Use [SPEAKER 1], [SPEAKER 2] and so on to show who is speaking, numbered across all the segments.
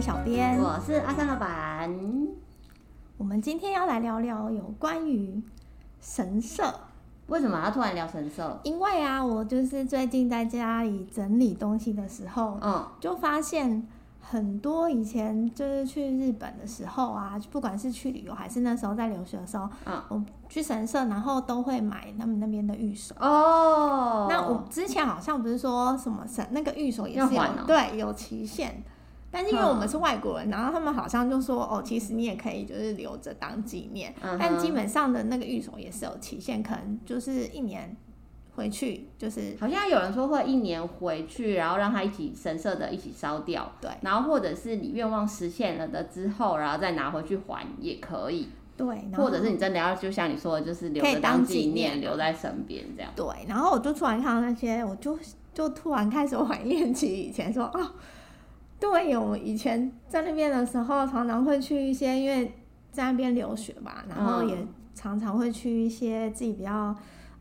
[SPEAKER 1] 小编，
[SPEAKER 2] 我是阿三老板。
[SPEAKER 1] 我们今天要来聊聊有关于神社，
[SPEAKER 2] 为什么要突然聊神社？
[SPEAKER 1] 因为啊，我就是最近在家里整理东西的时候，
[SPEAKER 2] 嗯，
[SPEAKER 1] 就发现很多以前就是去日本的时候啊，不管是去旅游还是那时候在留学的时候，
[SPEAKER 2] 嗯，
[SPEAKER 1] 我去神社，然后都会买他们那边的玉手。
[SPEAKER 2] 哦，
[SPEAKER 1] 那我之前好像不是说什么神那个玉手也是有、
[SPEAKER 2] 要还哦
[SPEAKER 1] 对有期限，但是因为
[SPEAKER 2] 嗯
[SPEAKER 1] 我们是外国人，然后他们好像就说哦，其实你也可以就是留着当纪念，
[SPEAKER 2] 嗯哼
[SPEAKER 1] 但基本上的那个玉手也是有期限，可能就是一年回去就是
[SPEAKER 2] 好像有人说会一年回去，然后让它一起神社的一起烧掉，
[SPEAKER 1] 对
[SPEAKER 2] 然后或者是你愿望实现了的之后，然后再拿回去还也可以，
[SPEAKER 1] 对，哎然后
[SPEAKER 2] 或者是你真的要就像你说的，就是留
[SPEAKER 1] 可
[SPEAKER 2] 着
[SPEAKER 1] 以当纪
[SPEAKER 2] 纪
[SPEAKER 1] 念啊
[SPEAKER 2] 留在身边这样。
[SPEAKER 1] 对，然后我就突然看到那些，我就就突然开始怀念起以前说哦，对，我以前在那边的时候，常常会去一些，因为在那边留学吧，然后
[SPEAKER 2] 嗯
[SPEAKER 1] 也常常会去一些自己比较，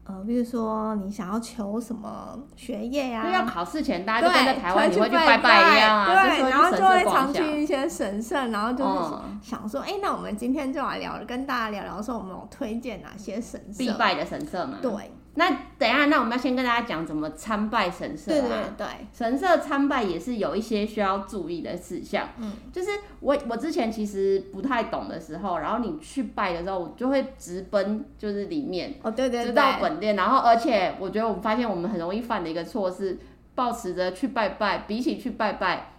[SPEAKER 1] 呃，比如说你想要求什么学业呀、
[SPEAKER 2] 就要考试前，大家就
[SPEAKER 1] 啊对
[SPEAKER 2] 跟在台湾你
[SPEAKER 1] 回
[SPEAKER 2] 会
[SPEAKER 1] 去
[SPEAKER 2] 去拜拜一样啊，
[SPEAKER 1] 对，
[SPEAKER 2] 是
[SPEAKER 1] 然后
[SPEAKER 2] 神
[SPEAKER 1] 就
[SPEAKER 2] 社
[SPEAKER 1] 会常
[SPEAKER 2] 逛一下。
[SPEAKER 1] 去一些神社，然后就是
[SPEAKER 2] 嗯，
[SPEAKER 1] 想说，哎、那我们今天就来聊，跟大家聊聊说我们有推荐哪些神
[SPEAKER 2] 必啊
[SPEAKER 1] 社，
[SPEAKER 2] 拜的神社嘛。
[SPEAKER 1] 对，
[SPEAKER 2] 那等一下，那我们要先跟大家讲怎么参拜神社、
[SPEAKER 1] 对
[SPEAKER 2] 啊。
[SPEAKER 1] 对对，
[SPEAKER 2] 神社参拜也是有一些需要注意的事项。
[SPEAKER 1] 嗯，
[SPEAKER 2] 就是我我之前其实不太懂的时候，然后你去拜的时候，我就会直奔就是里面，
[SPEAKER 1] 哦对对
[SPEAKER 2] 直
[SPEAKER 1] 对，
[SPEAKER 2] 到本殿。然后而且我觉得我们发现我们很容易犯的一个错是，抱持着去拜拜，比起去拜拜。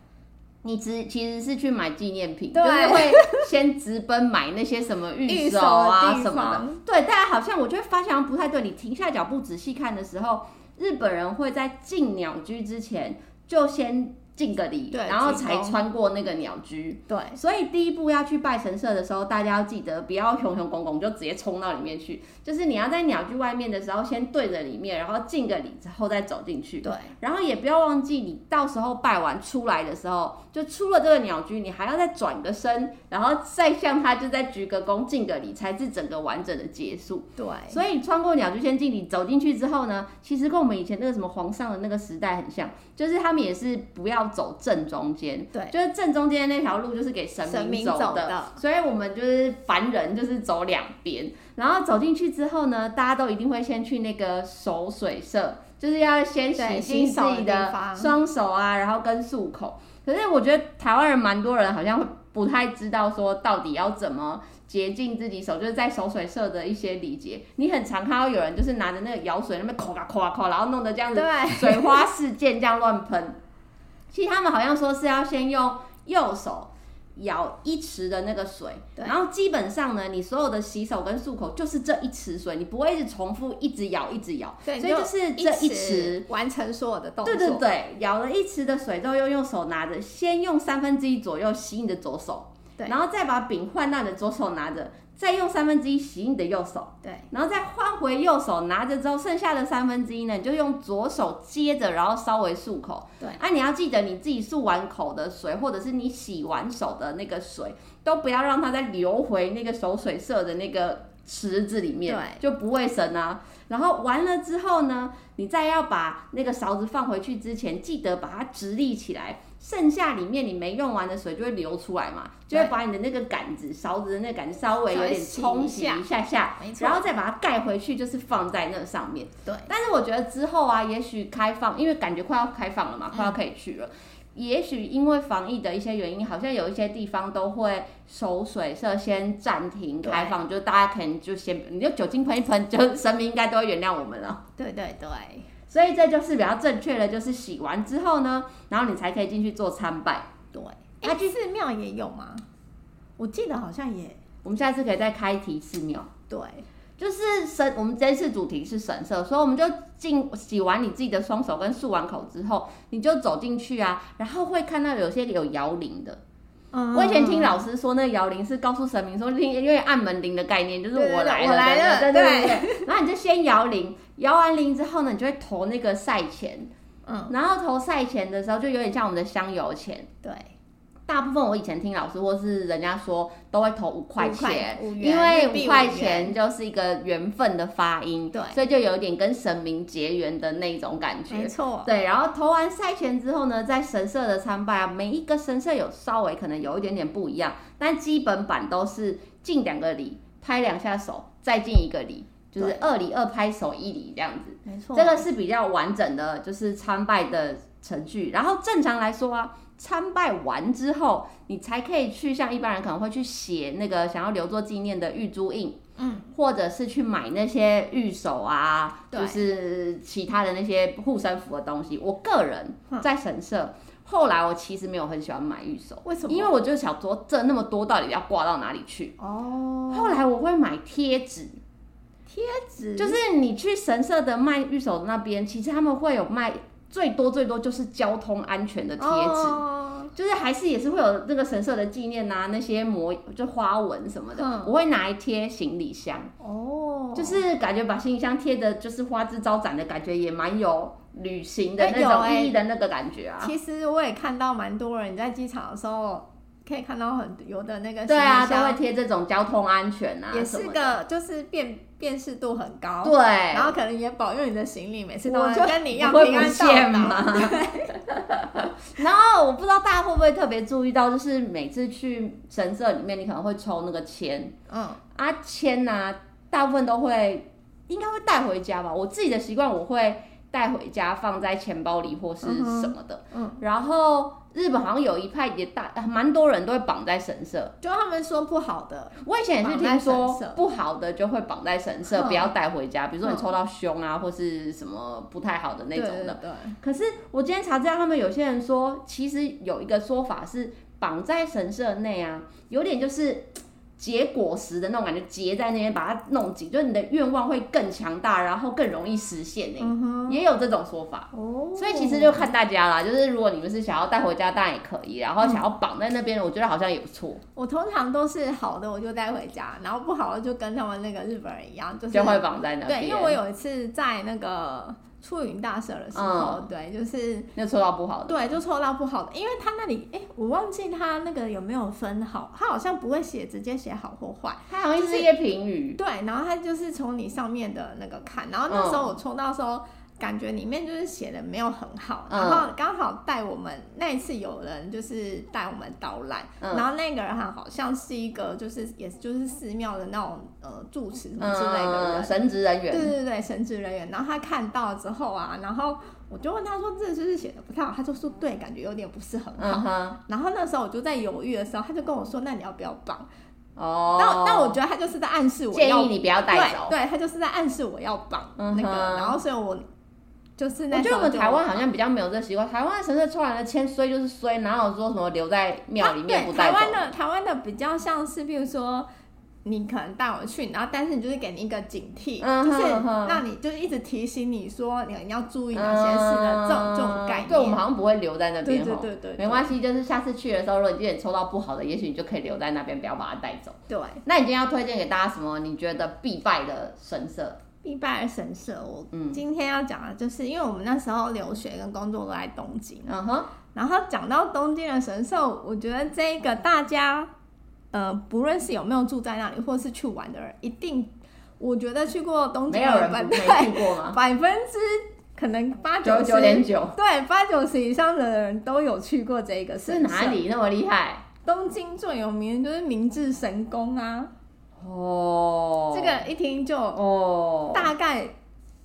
[SPEAKER 2] 你只其实是去买纪念品，就
[SPEAKER 1] 对
[SPEAKER 2] 是会先直奔买那些 什么
[SPEAKER 1] 玉
[SPEAKER 2] 手
[SPEAKER 1] 手的
[SPEAKER 2] 啊
[SPEAKER 1] 地
[SPEAKER 2] 什么的
[SPEAKER 1] 方。
[SPEAKER 2] 对，大家好像我就会发现好像不太对。你停下脚步仔细看的时候，日本人会在进鸟居之前就先敬个礼，
[SPEAKER 1] 对
[SPEAKER 2] 然后
[SPEAKER 1] 鞠
[SPEAKER 2] 才
[SPEAKER 1] 躬
[SPEAKER 2] 穿过那个鸟居。
[SPEAKER 1] 对，
[SPEAKER 2] 所以第一步要去拜神社的时候，大家要记得不要雄雄拱拱就直接冲到里面去，就是你要在鸟居外面的时候，先对着里面，然后敬个礼之后再走进去。
[SPEAKER 1] 对，
[SPEAKER 2] 然后也不要忘记，你到时候拜完出来的时候，就出了这个鸟居，你还要再转个身，然后再向他就再鞠个躬、敬个礼，才是整个完整的结束。
[SPEAKER 1] 对，
[SPEAKER 2] 所以穿过鸟居仙境，你走进去之后呢，其实跟我们以前那个什么皇上的那个时代很像，就是他们也是不要走正中间，
[SPEAKER 1] 对
[SPEAKER 2] 就是正中间那条路就是给神
[SPEAKER 1] 神明
[SPEAKER 2] 走
[SPEAKER 1] 走的
[SPEAKER 2] 所以我们就是凡人就是走两边，然后走进去之后呢，大家都一定会先去那个守水社，就是要先洗
[SPEAKER 1] 对
[SPEAKER 2] 净
[SPEAKER 1] 洗
[SPEAKER 2] 自
[SPEAKER 1] 手的
[SPEAKER 2] 己
[SPEAKER 1] 地
[SPEAKER 2] 的
[SPEAKER 1] 方
[SPEAKER 2] 双手啊，然后跟漱口。可是我觉得台湾人蛮多人好像会不太知道说到底要怎么洁净自己手，就是在手水社的一些礼节，你很常看到有人就是拿着那个舀水那边抠啊抠啊抠，然后弄得这样子
[SPEAKER 1] 对
[SPEAKER 2] 水花四溅这样乱喷。其实他们好像说是要先用右手舀一池的那个水，
[SPEAKER 1] 对
[SPEAKER 2] 然后基本上呢，你所有的洗手跟漱口就是这一池水，你不会一直重复一直舀一直舀，所
[SPEAKER 1] 对，
[SPEAKER 2] 以
[SPEAKER 1] 你
[SPEAKER 2] 就是这一池
[SPEAKER 1] 池完成所有的动作，
[SPEAKER 2] 对对对，舀了一匙的水之后，又用手拿着，先用三分之一左右洗你的左手，
[SPEAKER 1] 对
[SPEAKER 2] 然后再把饼换到你的左手拿着，再用三分之一洗你的右手，
[SPEAKER 1] 对
[SPEAKER 2] 然后再换回右手拿着之后，剩下的三分之一呢，你就用左手接着，然后稍微漱口。
[SPEAKER 1] 对
[SPEAKER 2] 啊，你要记得你自己漱完口的水，或者是你洗完手的那个水，都不要让它再流回那个手水社的那个池子里面，
[SPEAKER 1] 对
[SPEAKER 2] 就不卫生啊。然后完了之后呢，你再要把那个勺子放回去之前，记得把它直立起来。剩下里面你没用完的水就会流出来嘛，就会
[SPEAKER 1] 对
[SPEAKER 2] 把你的那个杆子、勺子的那个杆子稍微有
[SPEAKER 1] 稍微
[SPEAKER 2] 点
[SPEAKER 1] 洗一
[SPEAKER 2] 冲洗
[SPEAKER 1] 下
[SPEAKER 2] 一下下，
[SPEAKER 1] 没错
[SPEAKER 2] 然后再把它盖回去，就是放在那上面。
[SPEAKER 1] 对
[SPEAKER 2] 但是我觉得之后啊，也许开放，因为感觉快要开放了嘛，
[SPEAKER 1] 嗯
[SPEAKER 2] 快要可以去了。也许因为防疫的一些原因，好像有一些地方都会守水社先暂停开放，就大家可能就先，你就酒精喷一喷，就神明应该都会原谅我们了。
[SPEAKER 1] 对对对
[SPEAKER 2] 所以这就是比较正确的，就是洗完之后呢，然后你才可以进去做参拜。
[SPEAKER 1] 对。
[SPEAKER 2] 那
[SPEAKER 1] 哎，寺庙也有吗？我记得好像也
[SPEAKER 2] 我们下次可以再开一题寺庙。
[SPEAKER 1] 对
[SPEAKER 2] 就是神，我们这次主题是神社，所以我们就进洗完你自己的双手跟漱完口之后，你就走进去啊，然后会看到有些有摇铃的。
[SPEAKER 1] 嗯
[SPEAKER 2] 我以前听老师说，那摇铃是告诉神明说，因因为按门铃的概念，就是
[SPEAKER 1] 对对
[SPEAKER 2] 我
[SPEAKER 1] 对
[SPEAKER 2] 来了，
[SPEAKER 1] 我来
[SPEAKER 2] 对
[SPEAKER 1] 了
[SPEAKER 2] 对对对对。然后你就先摇铃，摇完铃之后呢，你就会投那个赛钱，
[SPEAKER 1] 嗯
[SPEAKER 2] 然后投赛钱的时候，就有点像我们的香油钱。
[SPEAKER 1] 对
[SPEAKER 2] 大部分我以前听老师或是人家说，都会投五块钱，
[SPEAKER 1] 五元
[SPEAKER 2] 因为
[SPEAKER 1] 日币
[SPEAKER 2] 五
[SPEAKER 1] 五
[SPEAKER 2] 块
[SPEAKER 1] 元
[SPEAKER 2] 钱就是一个缘分的发音，
[SPEAKER 1] 对
[SPEAKER 2] 所以就有点跟神明结缘的那种感觉
[SPEAKER 1] 没。错，
[SPEAKER 2] 对，然后投完赛前之后呢，在神社的参拜啊，每一个神社有稍微可能有一点点不一样，但基本版都是敬两个礼，拍两下手，再敬一个礼，就是二礼二拍手一礼这样子。
[SPEAKER 1] 没错，
[SPEAKER 2] 这个是比较完整的，就是参拜的程序。然后正常来说啊，参拜完之后，你才可以去像一般人可能会去写那个想要留作纪念的玉珠印，
[SPEAKER 1] 嗯，
[SPEAKER 2] 或者是去买那些玉手啊，
[SPEAKER 1] 对
[SPEAKER 2] 就是其他的那些护身符的东西。我个人
[SPEAKER 1] 嗯
[SPEAKER 2] 在神社，后来我其实没有很喜欢买玉手，
[SPEAKER 1] 为什么？
[SPEAKER 2] 因为我就想说这那么多，到底要挂到哪里去？
[SPEAKER 1] 哦，
[SPEAKER 2] 后来我会买贴纸。
[SPEAKER 1] 贴纸
[SPEAKER 2] 就是你去神社的卖玉手那边，其实他们会有卖，最多最多就是交通安全的贴纸。
[SPEAKER 1] 哦
[SPEAKER 2] 就是还是也是会有那个神社的纪念啊，那些模就花纹什么的，
[SPEAKER 1] 嗯
[SPEAKER 2] 我会拿来贴行李箱，
[SPEAKER 1] 哦，
[SPEAKER 2] 就是感觉把行李箱贴的，就是花枝招展的感觉，也蛮有旅行的
[SPEAKER 1] 哎
[SPEAKER 2] 那
[SPEAKER 1] 有
[SPEAKER 2] 种
[SPEAKER 1] 哎
[SPEAKER 2] 意义的那个感觉啊。
[SPEAKER 1] 其实我也看到蛮多人在机场的时候，可以看到很有的那个
[SPEAKER 2] 对啊，
[SPEAKER 1] 行
[SPEAKER 2] 都
[SPEAKER 1] 李
[SPEAKER 2] 会
[SPEAKER 1] 箱
[SPEAKER 2] 贴这种交通安全啊，
[SPEAKER 1] 也
[SPEAKER 2] 什
[SPEAKER 1] 是
[SPEAKER 2] 么的
[SPEAKER 1] 个就是辨辨识度很高，
[SPEAKER 2] 对，
[SPEAKER 1] 然后可能也保佑你的行李每次都
[SPEAKER 2] 我
[SPEAKER 1] 能
[SPEAKER 2] 就
[SPEAKER 1] 跟你一样
[SPEAKER 2] 不会
[SPEAKER 1] 平
[SPEAKER 2] 不
[SPEAKER 1] 安
[SPEAKER 2] 见
[SPEAKER 1] 到达。
[SPEAKER 2] 吗？然后我不知道大家会不会特别注意到，就是每次去神社里面，你可能会抽那个签
[SPEAKER 1] 嗯，
[SPEAKER 2] 啊，签呐、大部分都会应该会带回家吧。我自己的习惯，我会带回家放在钱包里或是
[SPEAKER 1] 嗯哼
[SPEAKER 2] 什么的。
[SPEAKER 1] 嗯
[SPEAKER 2] 然后日本好像有一派也大，蛮多人都会绑在神社。
[SPEAKER 1] 就他们说不好的，
[SPEAKER 2] 我以前也是听
[SPEAKER 1] 绑
[SPEAKER 2] 说
[SPEAKER 1] 在神社
[SPEAKER 2] 不好的就会绑在神社，
[SPEAKER 1] 嗯
[SPEAKER 2] 不要带回家。比如说你
[SPEAKER 1] 嗯
[SPEAKER 2] 抽到凶啊，或是什么不太好的那种的。
[SPEAKER 1] 对对对，
[SPEAKER 2] 可是我今天查资料，他们有些人说，其实有一个说法是绑在神社内啊，有点就是结果实的那种感觉，结在那边把它弄紧，就是你的愿望会更强大，然后更容易实现呢、欸
[SPEAKER 1] 嗯哼，
[SPEAKER 2] 也有这种说法。
[SPEAKER 1] 哦，
[SPEAKER 2] 所以其实就看大家啦，就是如果你们是想要带回家，当然也可以；然后想要绑在那边，我觉得好像也不错，
[SPEAKER 1] 我通常都是好的我就带回家，然后不好的就跟他们那个日本人一样，就是
[SPEAKER 2] 就会绑在那边。
[SPEAKER 1] 嗯对，因为我有一次在那个出云大社的时
[SPEAKER 2] 嗯
[SPEAKER 1] 候，对，就是
[SPEAKER 2] 那抽到不好的，
[SPEAKER 1] 哦对，就抽到不好的，因为他那里哎、我忘记他那个有没有分好，他好像不会写直接写好或坏，
[SPEAKER 2] 它好像是一些评语，
[SPEAKER 1] 对，然后他就是从你上面的那个看，然后那
[SPEAKER 2] 嗯
[SPEAKER 1] 时候我抽到的时候。感觉里面就是写的没有很好，
[SPEAKER 2] 嗯
[SPEAKER 1] 然后刚好带我们那一次有人就是带我们导览，
[SPEAKER 2] 嗯
[SPEAKER 1] 然后那个人哈好像是一个就是也就是寺庙的那种呃住持什么之类的人，
[SPEAKER 2] 嗯，神职人员
[SPEAKER 1] 对对对，神职人员。然后他看到之后啊，然后我就问他说：“这就是写的不太好。”他就说：“对，感觉有点不是很好。
[SPEAKER 2] 嗯哼，
[SPEAKER 1] 然后那时候我就在犹豫的时候，他就跟我说：“那你要不要绑？”
[SPEAKER 2] 哦，
[SPEAKER 1] 但但我觉得他就是在暗示我
[SPEAKER 2] 建
[SPEAKER 1] 要
[SPEAKER 2] 议你不要带走。
[SPEAKER 1] 对对，他就是在暗示我要绑那
[SPEAKER 2] 嗯
[SPEAKER 1] 个。
[SPEAKER 2] 哼
[SPEAKER 1] 然后所以我就是那
[SPEAKER 2] 我觉
[SPEAKER 1] 时
[SPEAKER 2] 得
[SPEAKER 1] 候
[SPEAKER 2] 我们
[SPEAKER 1] 就
[SPEAKER 2] 台湾好像比较没有这个习惯，台湾的神社抽完了签衰就是衰，哪有说什么留在庙里面
[SPEAKER 1] 啊
[SPEAKER 2] 不
[SPEAKER 1] 对台
[SPEAKER 2] 带走？
[SPEAKER 1] 湾的台湾的比较像是，比如说。你可能带我去，然后但是你就是给你一个警惕，
[SPEAKER 2] 嗯
[SPEAKER 1] 就是
[SPEAKER 2] 哼哼
[SPEAKER 1] 让你就是一直提醒你说你你要注意哪些事的、这种这种概念。
[SPEAKER 2] 嗯对我们好像不会留在那
[SPEAKER 1] 对
[SPEAKER 2] 边
[SPEAKER 1] 对
[SPEAKER 2] 哈。
[SPEAKER 1] 对对，
[SPEAKER 2] 没关系，就是下次去的时候，如果你今天抽到不好的，也许你就可以留在那边，不要把它带走。
[SPEAKER 1] 系。对，
[SPEAKER 2] 那你今天要推荐给大家什么？你觉得必败的神社？
[SPEAKER 1] 必拜的神社，我
[SPEAKER 2] 嗯
[SPEAKER 1] 今天要讲的就是，因为我们那时候留学跟工作都在东京，
[SPEAKER 2] 嗯哼，
[SPEAKER 1] 然后讲到东京的神社，我觉得这个大家，呃，不论是有没有住在那里，或是去玩的人，一定，我觉得去过东京
[SPEAKER 2] 没
[SPEAKER 1] 的
[SPEAKER 2] 有人
[SPEAKER 1] 百
[SPEAKER 2] 不没去过吗？
[SPEAKER 1] 百分之可能八
[SPEAKER 2] 九
[SPEAKER 1] 十
[SPEAKER 2] 九点九
[SPEAKER 1] 对八九十以上的人都有去过这个
[SPEAKER 2] 是
[SPEAKER 1] 神社。
[SPEAKER 2] 哪？里那么厉害？
[SPEAKER 1] 东京最有名的就是明治神宫啊，
[SPEAKER 2] 哦，
[SPEAKER 1] 这个一听就
[SPEAKER 2] 哦，
[SPEAKER 1] 大概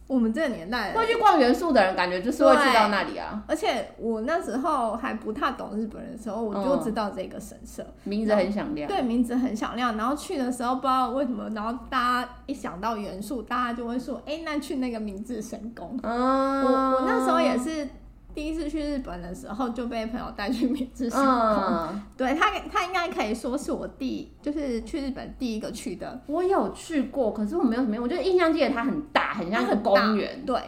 [SPEAKER 1] 我们这个年代的人
[SPEAKER 2] 会去逛元素的人，感觉就是会去到那里啊，
[SPEAKER 1] 而且我那时候还不太懂日本人的时候，我
[SPEAKER 2] 哦
[SPEAKER 1] 就知道这个神社，
[SPEAKER 2] 名字很响亮。
[SPEAKER 1] 对名字很响亮。然后去的时候不知道为什么，然后大家一想到元素，大家就会说：“哎、那去那个明治神宫。
[SPEAKER 2] 嗯，
[SPEAKER 1] 我我那时候也是第一次去日本的时候，就被朋友带去明治神宫。
[SPEAKER 2] 嗯，
[SPEAKER 1] 对他，他应该可以说是我第就是去日本第一个去的，
[SPEAKER 2] 我有去过，可是我没有什么，我就印象记得它很大，很像一个公园。
[SPEAKER 1] 对，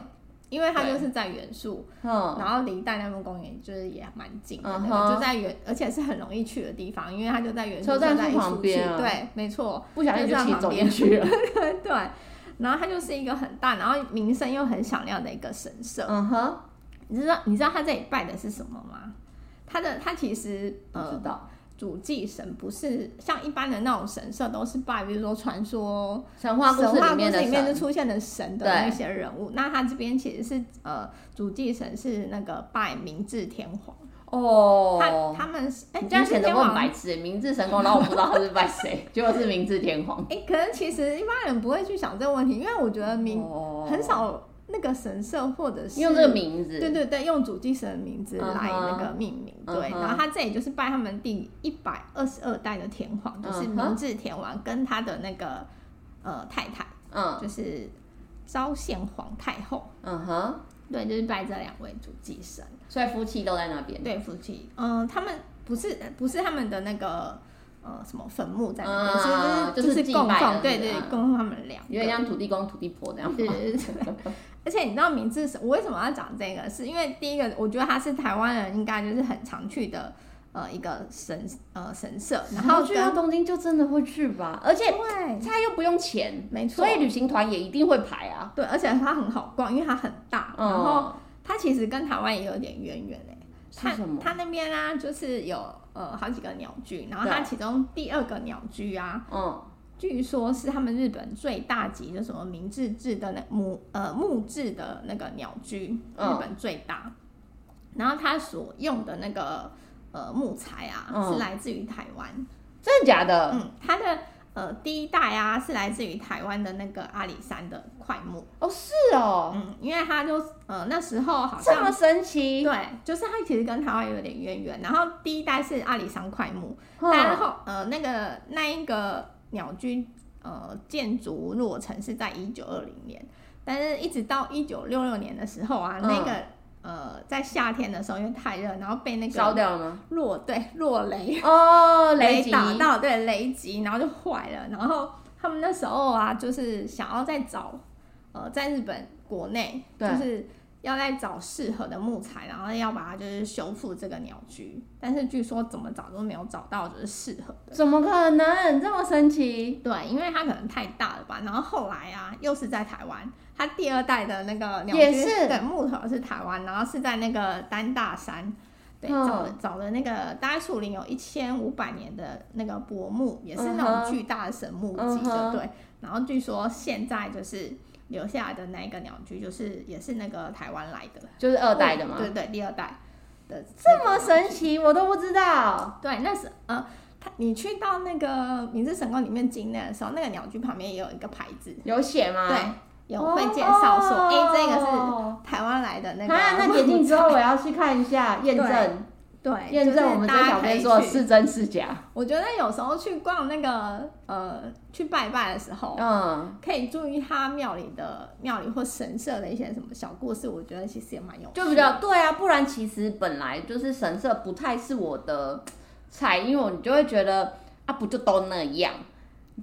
[SPEAKER 1] 因为它
[SPEAKER 2] 对
[SPEAKER 1] 就是在元素。
[SPEAKER 2] 嗯，
[SPEAKER 1] 然后离大南木公园就是也蛮近的，
[SPEAKER 2] 嗯
[SPEAKER 1] 那
[SPEAKER 2] 哼
[SPEAKER 1] 个就在原，而且是很容易去的地方，因为它就在原
[SPEAKER 2] 车站
[SPEAKER 1] 站
[SPEAKER 2] 是
[SPEAKER 1] 一
[SPEAKER 2] 旁
[SPEAKER 1] 出去，
[SPEAKER 2] 边啊
[SPEAKER 1] 对，没错，
[SPEAKER 2] 不小心就骑走进去了。
[SPEAKER 1] 对。然后它就是一个很大，然后名声又很响亮的一个神社。
[SPEAKER 2] 嗯哼，
[SPEAKER 1] 你知道你知道它这里拜的是什么吗？它的它其实
[SPEAKER 2] 不知
[SPEAKER 1] 呃
[SPEAKER 2] 道，
[SPEAKER 1] 主祭神不是像一般的那种神社都是拜，比如说传说
[SPEAKER 2] 神话故
[SPEAKER 1] 神
[SPEAKER 2] 事
[SPEAKER 1] 话
[SPEAKER 2] 里
[SPEAKER 1] 故
[SPEAKER 2] 面
[SPEAKER 1] 事
[SPEAKER 2] 的
[SPEAKER 1] 里面就
[SPEAKER 2] 神，
[SPEAKER 1] 出现的神的
[SPEAKER 2] 对
[SPEAKER 1] 那些人物。那他这边其实是呃主祭神是那个拜明治天皇，
[SPEAKER 2] 哦
[SPEAKER 1] 他，他们是哎
[SPEAKER 2] 你这样显得我很
[SPEAKER 1] 哎
[SPEAKER 2] 白痴，明治神宫，然后我不知道他是拜谁，结果是明治天皇。、
[SPEAKER 1] 诶哎可能其实一般人不会去想这个问题，因为我觉得明、
[SPEAKER 2] 哦
[SPEAKER 1] 很少那个神社或者是
[SPEAKER 2] 用这个名字，
[SPEAKER 1] 对对对，用主祭神的名字
[SPEAKER 2] 嗯哼
[SPEAKER 1] 来那个命名。对
[SPEAKER 2] 嗯哼
[SPEAKER 1] 然后他这里就是拜他们第一百二十二代的天皇，就是
[SPEAKER 2] 嗯哼
[SPEAKER 1] 明治天皇跟他的那个呃太太，
[SPEAKER 2] 嗯
[SPEAKER 1] 就是昭宪皇太后。
[SPEAKER 2] 嗯哼，
[SPEAKER 1] 对，就是拜这两位主祭神。
[SPEAKER 2] 所以夫妻都在那边。
[SPEAKER 1] 对，夫妻，嗯、他们不是不是他们的那个呃什么坟墓在那边，
[SPEAKER 2] 啊
[SPEAKER 1] 就是
[SPEAKER 2] 就是
[SPEAKER 1] 是
[SPEAKER 2] 祭
[SPEAKER 1] 供
[SPEAKER 2] 拜的
[SPEAKER 1] 奉，
[SPEAKER 2] 那
[SPEAKER 1] 对
[SPEAKER 2] 个
[SPEAKER 1] 对
[SPEAKER 2] 啊，
[SPEAKER 1] 供奉他们两个。
[SPEAKER 2] 有点像土地公、土地婆这样。
[SPEAKER 1] 对对对对。 而且你知道明治神，我为什么要讲这个？是因为第一个，我觉得它是台湾人应该就是很常去的呃一个神呃神
[SPEAKER 2] 哦
[SPEAKER 1] 社，然后
[SPEAKER 2] 去
[SPEAKER 1] 跟
[SPEAKER 2] 到东京就真的会去吧，而且
[SPEAKER 1] 对
[SPEAKER 2] 他又不用钱，
[SPEAKER 1] 没错
[SPEAKER 2] 所以旅行团也一定会排啊。
[SPEAKER 1] 对，而且它很好逛，因为它很大，然后
[SPEAKER 2] 嗯，
[SPEAKER 1] 它其实跟台湾也有点渊源哎、
[SPEAKER 2] 是
[SPEAKER 1] 它
[SPEAKER 2] 什么？
[SPEAKER 1] 它那边啊，就是有呃好几个鸟居，然后
[SPEAKER 2] 对
[SPEAKER 1] 它其中第二个鸟居啊，
[SPEAKER 2] 嗯，
[SPEAKER 1] 据说是他们日本最大级的什么明治制的那木呃木质的那个鸟居，
[SPEAKER 2] 嗯
[SPEAKER 1] 日本最大。然后它所用的那个呃木材啊，
[SPEAKER 2] 嗯
[SPEAKER 1] 是来自于台湾。
[SPEAKER 2] 真的假的？
[SPEAKER 1] 嗯，它的呃第一代啊，是来自于台湾的那个阿里山的块木。
[SPEAKER 2] 哦，是哦，
[SPEAKER 1] 嗯，因为它就呃那时候好
[SPEAKER 2] 这
[SPEAKER 1] 像
[SPEAKER 2] 么神奇。
[SPEAKER 1] 对，就是它其实跟台湾有点渊源。然后第一代是阿里山块木，
[SPEAKER 2] 嗯
[SPEAKER 1] 但后呃那个那一个鸟居呃建筑落成是在一九二零年，但是一直到一九六六年的时候啊，
[SPEAKER 2] 嗯
[SPEAKER 1] 那个呃在夏天的时候因为太热，然后被那
[SPEAKER 2] 烧
[SPEAKER 1] 个
[SPEAKER 2] 掉 了吗？
[SPEAKER 1] 落对落雷
[SPEAKER 2] 哦，雷击
[SPEAKER 1] 打到，对雷击，然后就坏了。然后他们那时候啊，就是想要再找呃在日本国内就
[SPEAKER 2] 对
[SPEAKER 1] 是。要再找适合的木材，然后要把它就是修复这个鸟居，但是据说怎么找都没有找到就是适合的。
[SPEAKER 2] 怎么可能这么神奇？
[SPEAKER 1] 对，因为它可能太大了吧。然后后来啊，又是在台湾，它第二代的那个鸟
[SPEAKER 2] 也
[SPEAKER 1] 居
[SPEAKER 2] 是
[SPEAKER 1] 对木头是台湾，然后是在那个丹大山。对，
[SPEAKER 2] 嗯
[SPEAKER 1] 找了找了那个大概树龄有一千五百年的那个柏木，也是
[SPEAKER 2] 嗯
[SPEAKER 1] 那
[SPEAKER 2] 哼
[SPEAKER 1] 种巨大的神木
[SPEAKER 2] 嗯
[SPEAKER 1] 级的，
[SPEAKER 2] 哼
[SPEAKER 1] 对。然后据说现在就是留下来的那一个鸟居，就是也是那个台湾来的
[SPEAKER 2] 就是二代的吗？
[SPEAKER 1] 对对，第二代的
[SPEAKER 2] 这么神啊奇，我都不知道。
[SPEAKER 1] 对，那是呃，他你去到那个明治神宫里面境内的时候，那个鸟居旁边也有一个牌子，
[SPEAKER 2] 有写吗？
[SPEAKER 1] 对，有
[SPEAKER 2] 哦，
[SPEAKER 1] 会介绍说，哎、这个是
[SPEAKER 2] 啊，
[SPEAKER 1] 台湾来的那个，
[SPEAKER 2] 那解禁之后我要去看一下，验证
[SPEAKER 1] 对，
[SPEAKER 2] 验
[SPEAKER 1] 就是
[SPEAKER 2] 证我们这
[SPEAKER 1] 大家
[SPEAKER 2] 小
[SPEAKER 1] 可以
[SPEAKER 2] 编说的
[SPEAKER 1] 去
[SPEAKER 2] 是真是假。
[SPEAKER 1] 我觉得有时候去逛那个呃，去拜拜的时候。
[SPEAKER 2] 嗯，
[SPEAKER 1] 可以注意他庙里的庙里或神社的一些什么小故事，我觉得其实也蛮有趣的，
[SPEAKER 2] 就比较对啊，不然其实本来就是神社不太是我的菜，因为我就会觉得啊，不就都那样。
[SPEAKER 1] 嗯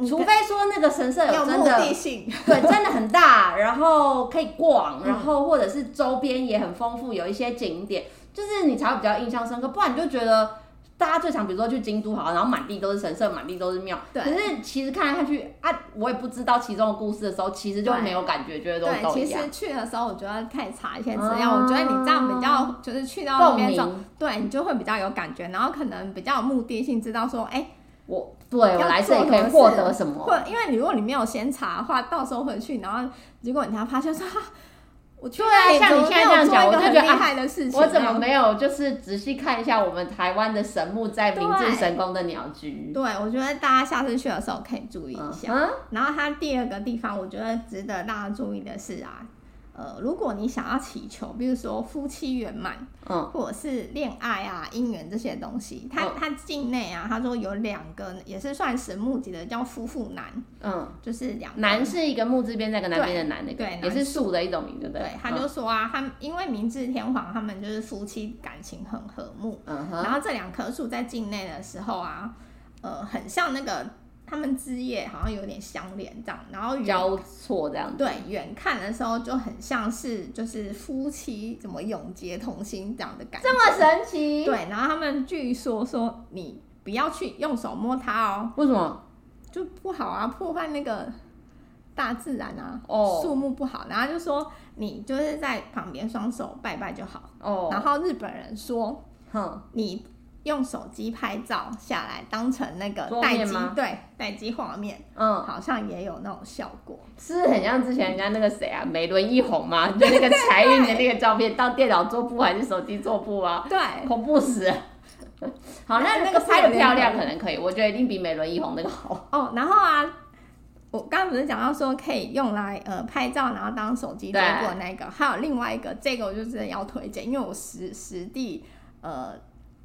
[SPEAKER 2] 除非说那个神社
[SPEAKER 1] 有
[SPEAKER 2] 真
[SPEAKER 1] 目
[SPEAKER 2] 的
[SPEAKER 1] 的性。
[SPEAKER 2] 对，真的很大，然后可以逛，
[SPEAKER 1] 嗯
[SPEAKER 2] 然后或者是周边也很丰富，有一些景点，就是你才会比较印象深刻。不然你就觉得大家最常，比如说去京都好了，然后满地都是神社，满地都是庙，
[SPEAKER 1] 对
[SPEAKER 2] 可是其实看来看去啊，我也不知道其中的故事的时候，其实就
[SPEAKER 1] 对
[SPEAKER 2] 没有感觉，觉得
[SPEAKER 1] 对，
[SPEAKER 2] 都都
[SPEAKER 1] 其
[SPEAKER 2] 一样。
[SPEAKER 1] 实去的时候，我觉得可以查一些资料。
[SPEAKER 2] 哦
[SPEAKER 1] 我觉得你这样比较，就是去到那
[SPEAKER 2] 共
[SPEAKER 1] 边之后，
[SPEAKER 2] 鸣，
[SPEAKER 1] 对你就会比较有感觉，然后可能比较有目的性，知道说，哎、
[SPEAKER 2] 我对我
[SPEAKER 1] 要
[SPEAKER 2] 来这
[SPEAKER 1] 做
[SPEAKER 2] 里可以
[SPEAKER 1] 什么
[SPEAKER 2] 获
[SPEAKER 1] 事啊
[SPEAKER 2] 得什么？
[SPEAKER 1] 或因为你如果你没有先查的话，到时候回去，然后结果你才发现说，哈、我去
[SPEAKER 2] 对啊
[SPEAKER 1] 那里
[SPEAKER 2] 像
[SPEAKER 1] 怎么
[SPEAKER 2] 你现在
[SPEAKER 1] 没有
[SPEAKER 2] 这样
[SPEAKER 1] 做一
[SPEAKER 2] 讲
[SPEAKER 1] 个
[SPEAKER 2] 我就
[SPEAKER 1] 很
[SPEAKER 2] 觉
[SPEAKER 1] 厉
[SPEAKER 2] 得啊
[SPEAKER 1] 害的事情，
[SPEAKER 2] 我怎么？没有就是仔细看一下我们台湾的神木在明治
[SPEAKER 1] 对
[SPEAKER 2] 神宫的鸟居？
[SPEAKER 1] 对，我觉得大家下次去的时候可以注意一下。
[SPEAKER 2] 嗯
[SPEAKER 1] 然后它第二个地方，我觉得值得大家注意的是啊，呃，如果你想要祈求，比如说夫妻圆满，
[SPEAKER 2] 嗯，
[SPEAKER 1] 或者是恋爱啊、姻缘这些东西，它
[SPEAKER 2] 嗯
[SPEAKER 1] 它境内啊，他说有两个也是算神木级的，叫夫妇男，
[SPEAKER 2] 嗯
[SPEAKER 1] 就是两个
[SPEAKER 2] 男是一个木字边在跟南边的男，那个
[SPEAKER 1] 对
[SPEAKER 2] 也是树的一种名，对不对？嗯
[SPEAKER 1] 对，他就说啊，他们因为明治天皇他们就是夫妻感情很和睦，
[SPEAKER 2] 嗯哼，
[SPEAKER 1] 然后这两棵树在境内的时候啊，呃，很像那个他们枝叶好像有点相连这样，然后远
[SPEAKER 2] 交错这样子。
[SPEAKER 1] 对远看的时候就很像是就是夫妻怎么永结同心这样的感觉，
[SPEAKER 2] 这么神奇？，
[SPEAKER 1] 对，然后他们据说说你不要去用手摸它哦，
[SPEAKER 2] 为什么？
[SPEAKER 1] 就不好啊，破坏那个大自然啊，
[SPEAKER 2] 哦
[SPEAKER 1] 树木不好。然后就说你就是在旁边双手拜拜就好。
[SPEAKER 2] 哦，
[SPEAKER 1] 然后日本人说
[SPEAKER 2] 哼，
[SPEAKER 1] 你用手机拍照下来当成那个
[SPEAKER 2] 桌
[SPEAKER 1] 待
[SPEAKER 2] 面
[SPEAKER 1] 机
[SPEAKER 2] 吗
[SPEAKER 1] 对待机画面，
[SPEAKER 2] 嗯，
[SPEAKER 1] 好像也有那种效果。
[SPEAKER 2] 是很像之前人家那个谁啊，美轮一红嘛，就那个财运的那个照片，当电脑桌布还是手机桌布啊，
[SPEAKER 1] 对，
[SPEAKER 2] 恐怖死了。好， 那
[SPEAKER 1] 那
[SPEAKER 2] 那
[SPEAKER 1] 个
[SPEAKER 2] 个
[SPEAKER 1] 是
[SPEAKER 2] 拍的
[SPEAKER 1] 有点
[SPEAKER 2] 漂
[SPEAKER 1] 恐
[SPEAKER 2] 亮
[SPEAKER 1] 怖
[SPEAKER 2] 可能可以，我觉得一定比美轮一红那个好。
[SPEAKER 1] 哦，然后啊，我刚刚不是讲到说可以用来呃拍照，然后当手机桌布的那个，还有另外一个，这个我就真的要推荐，因为我实实地呃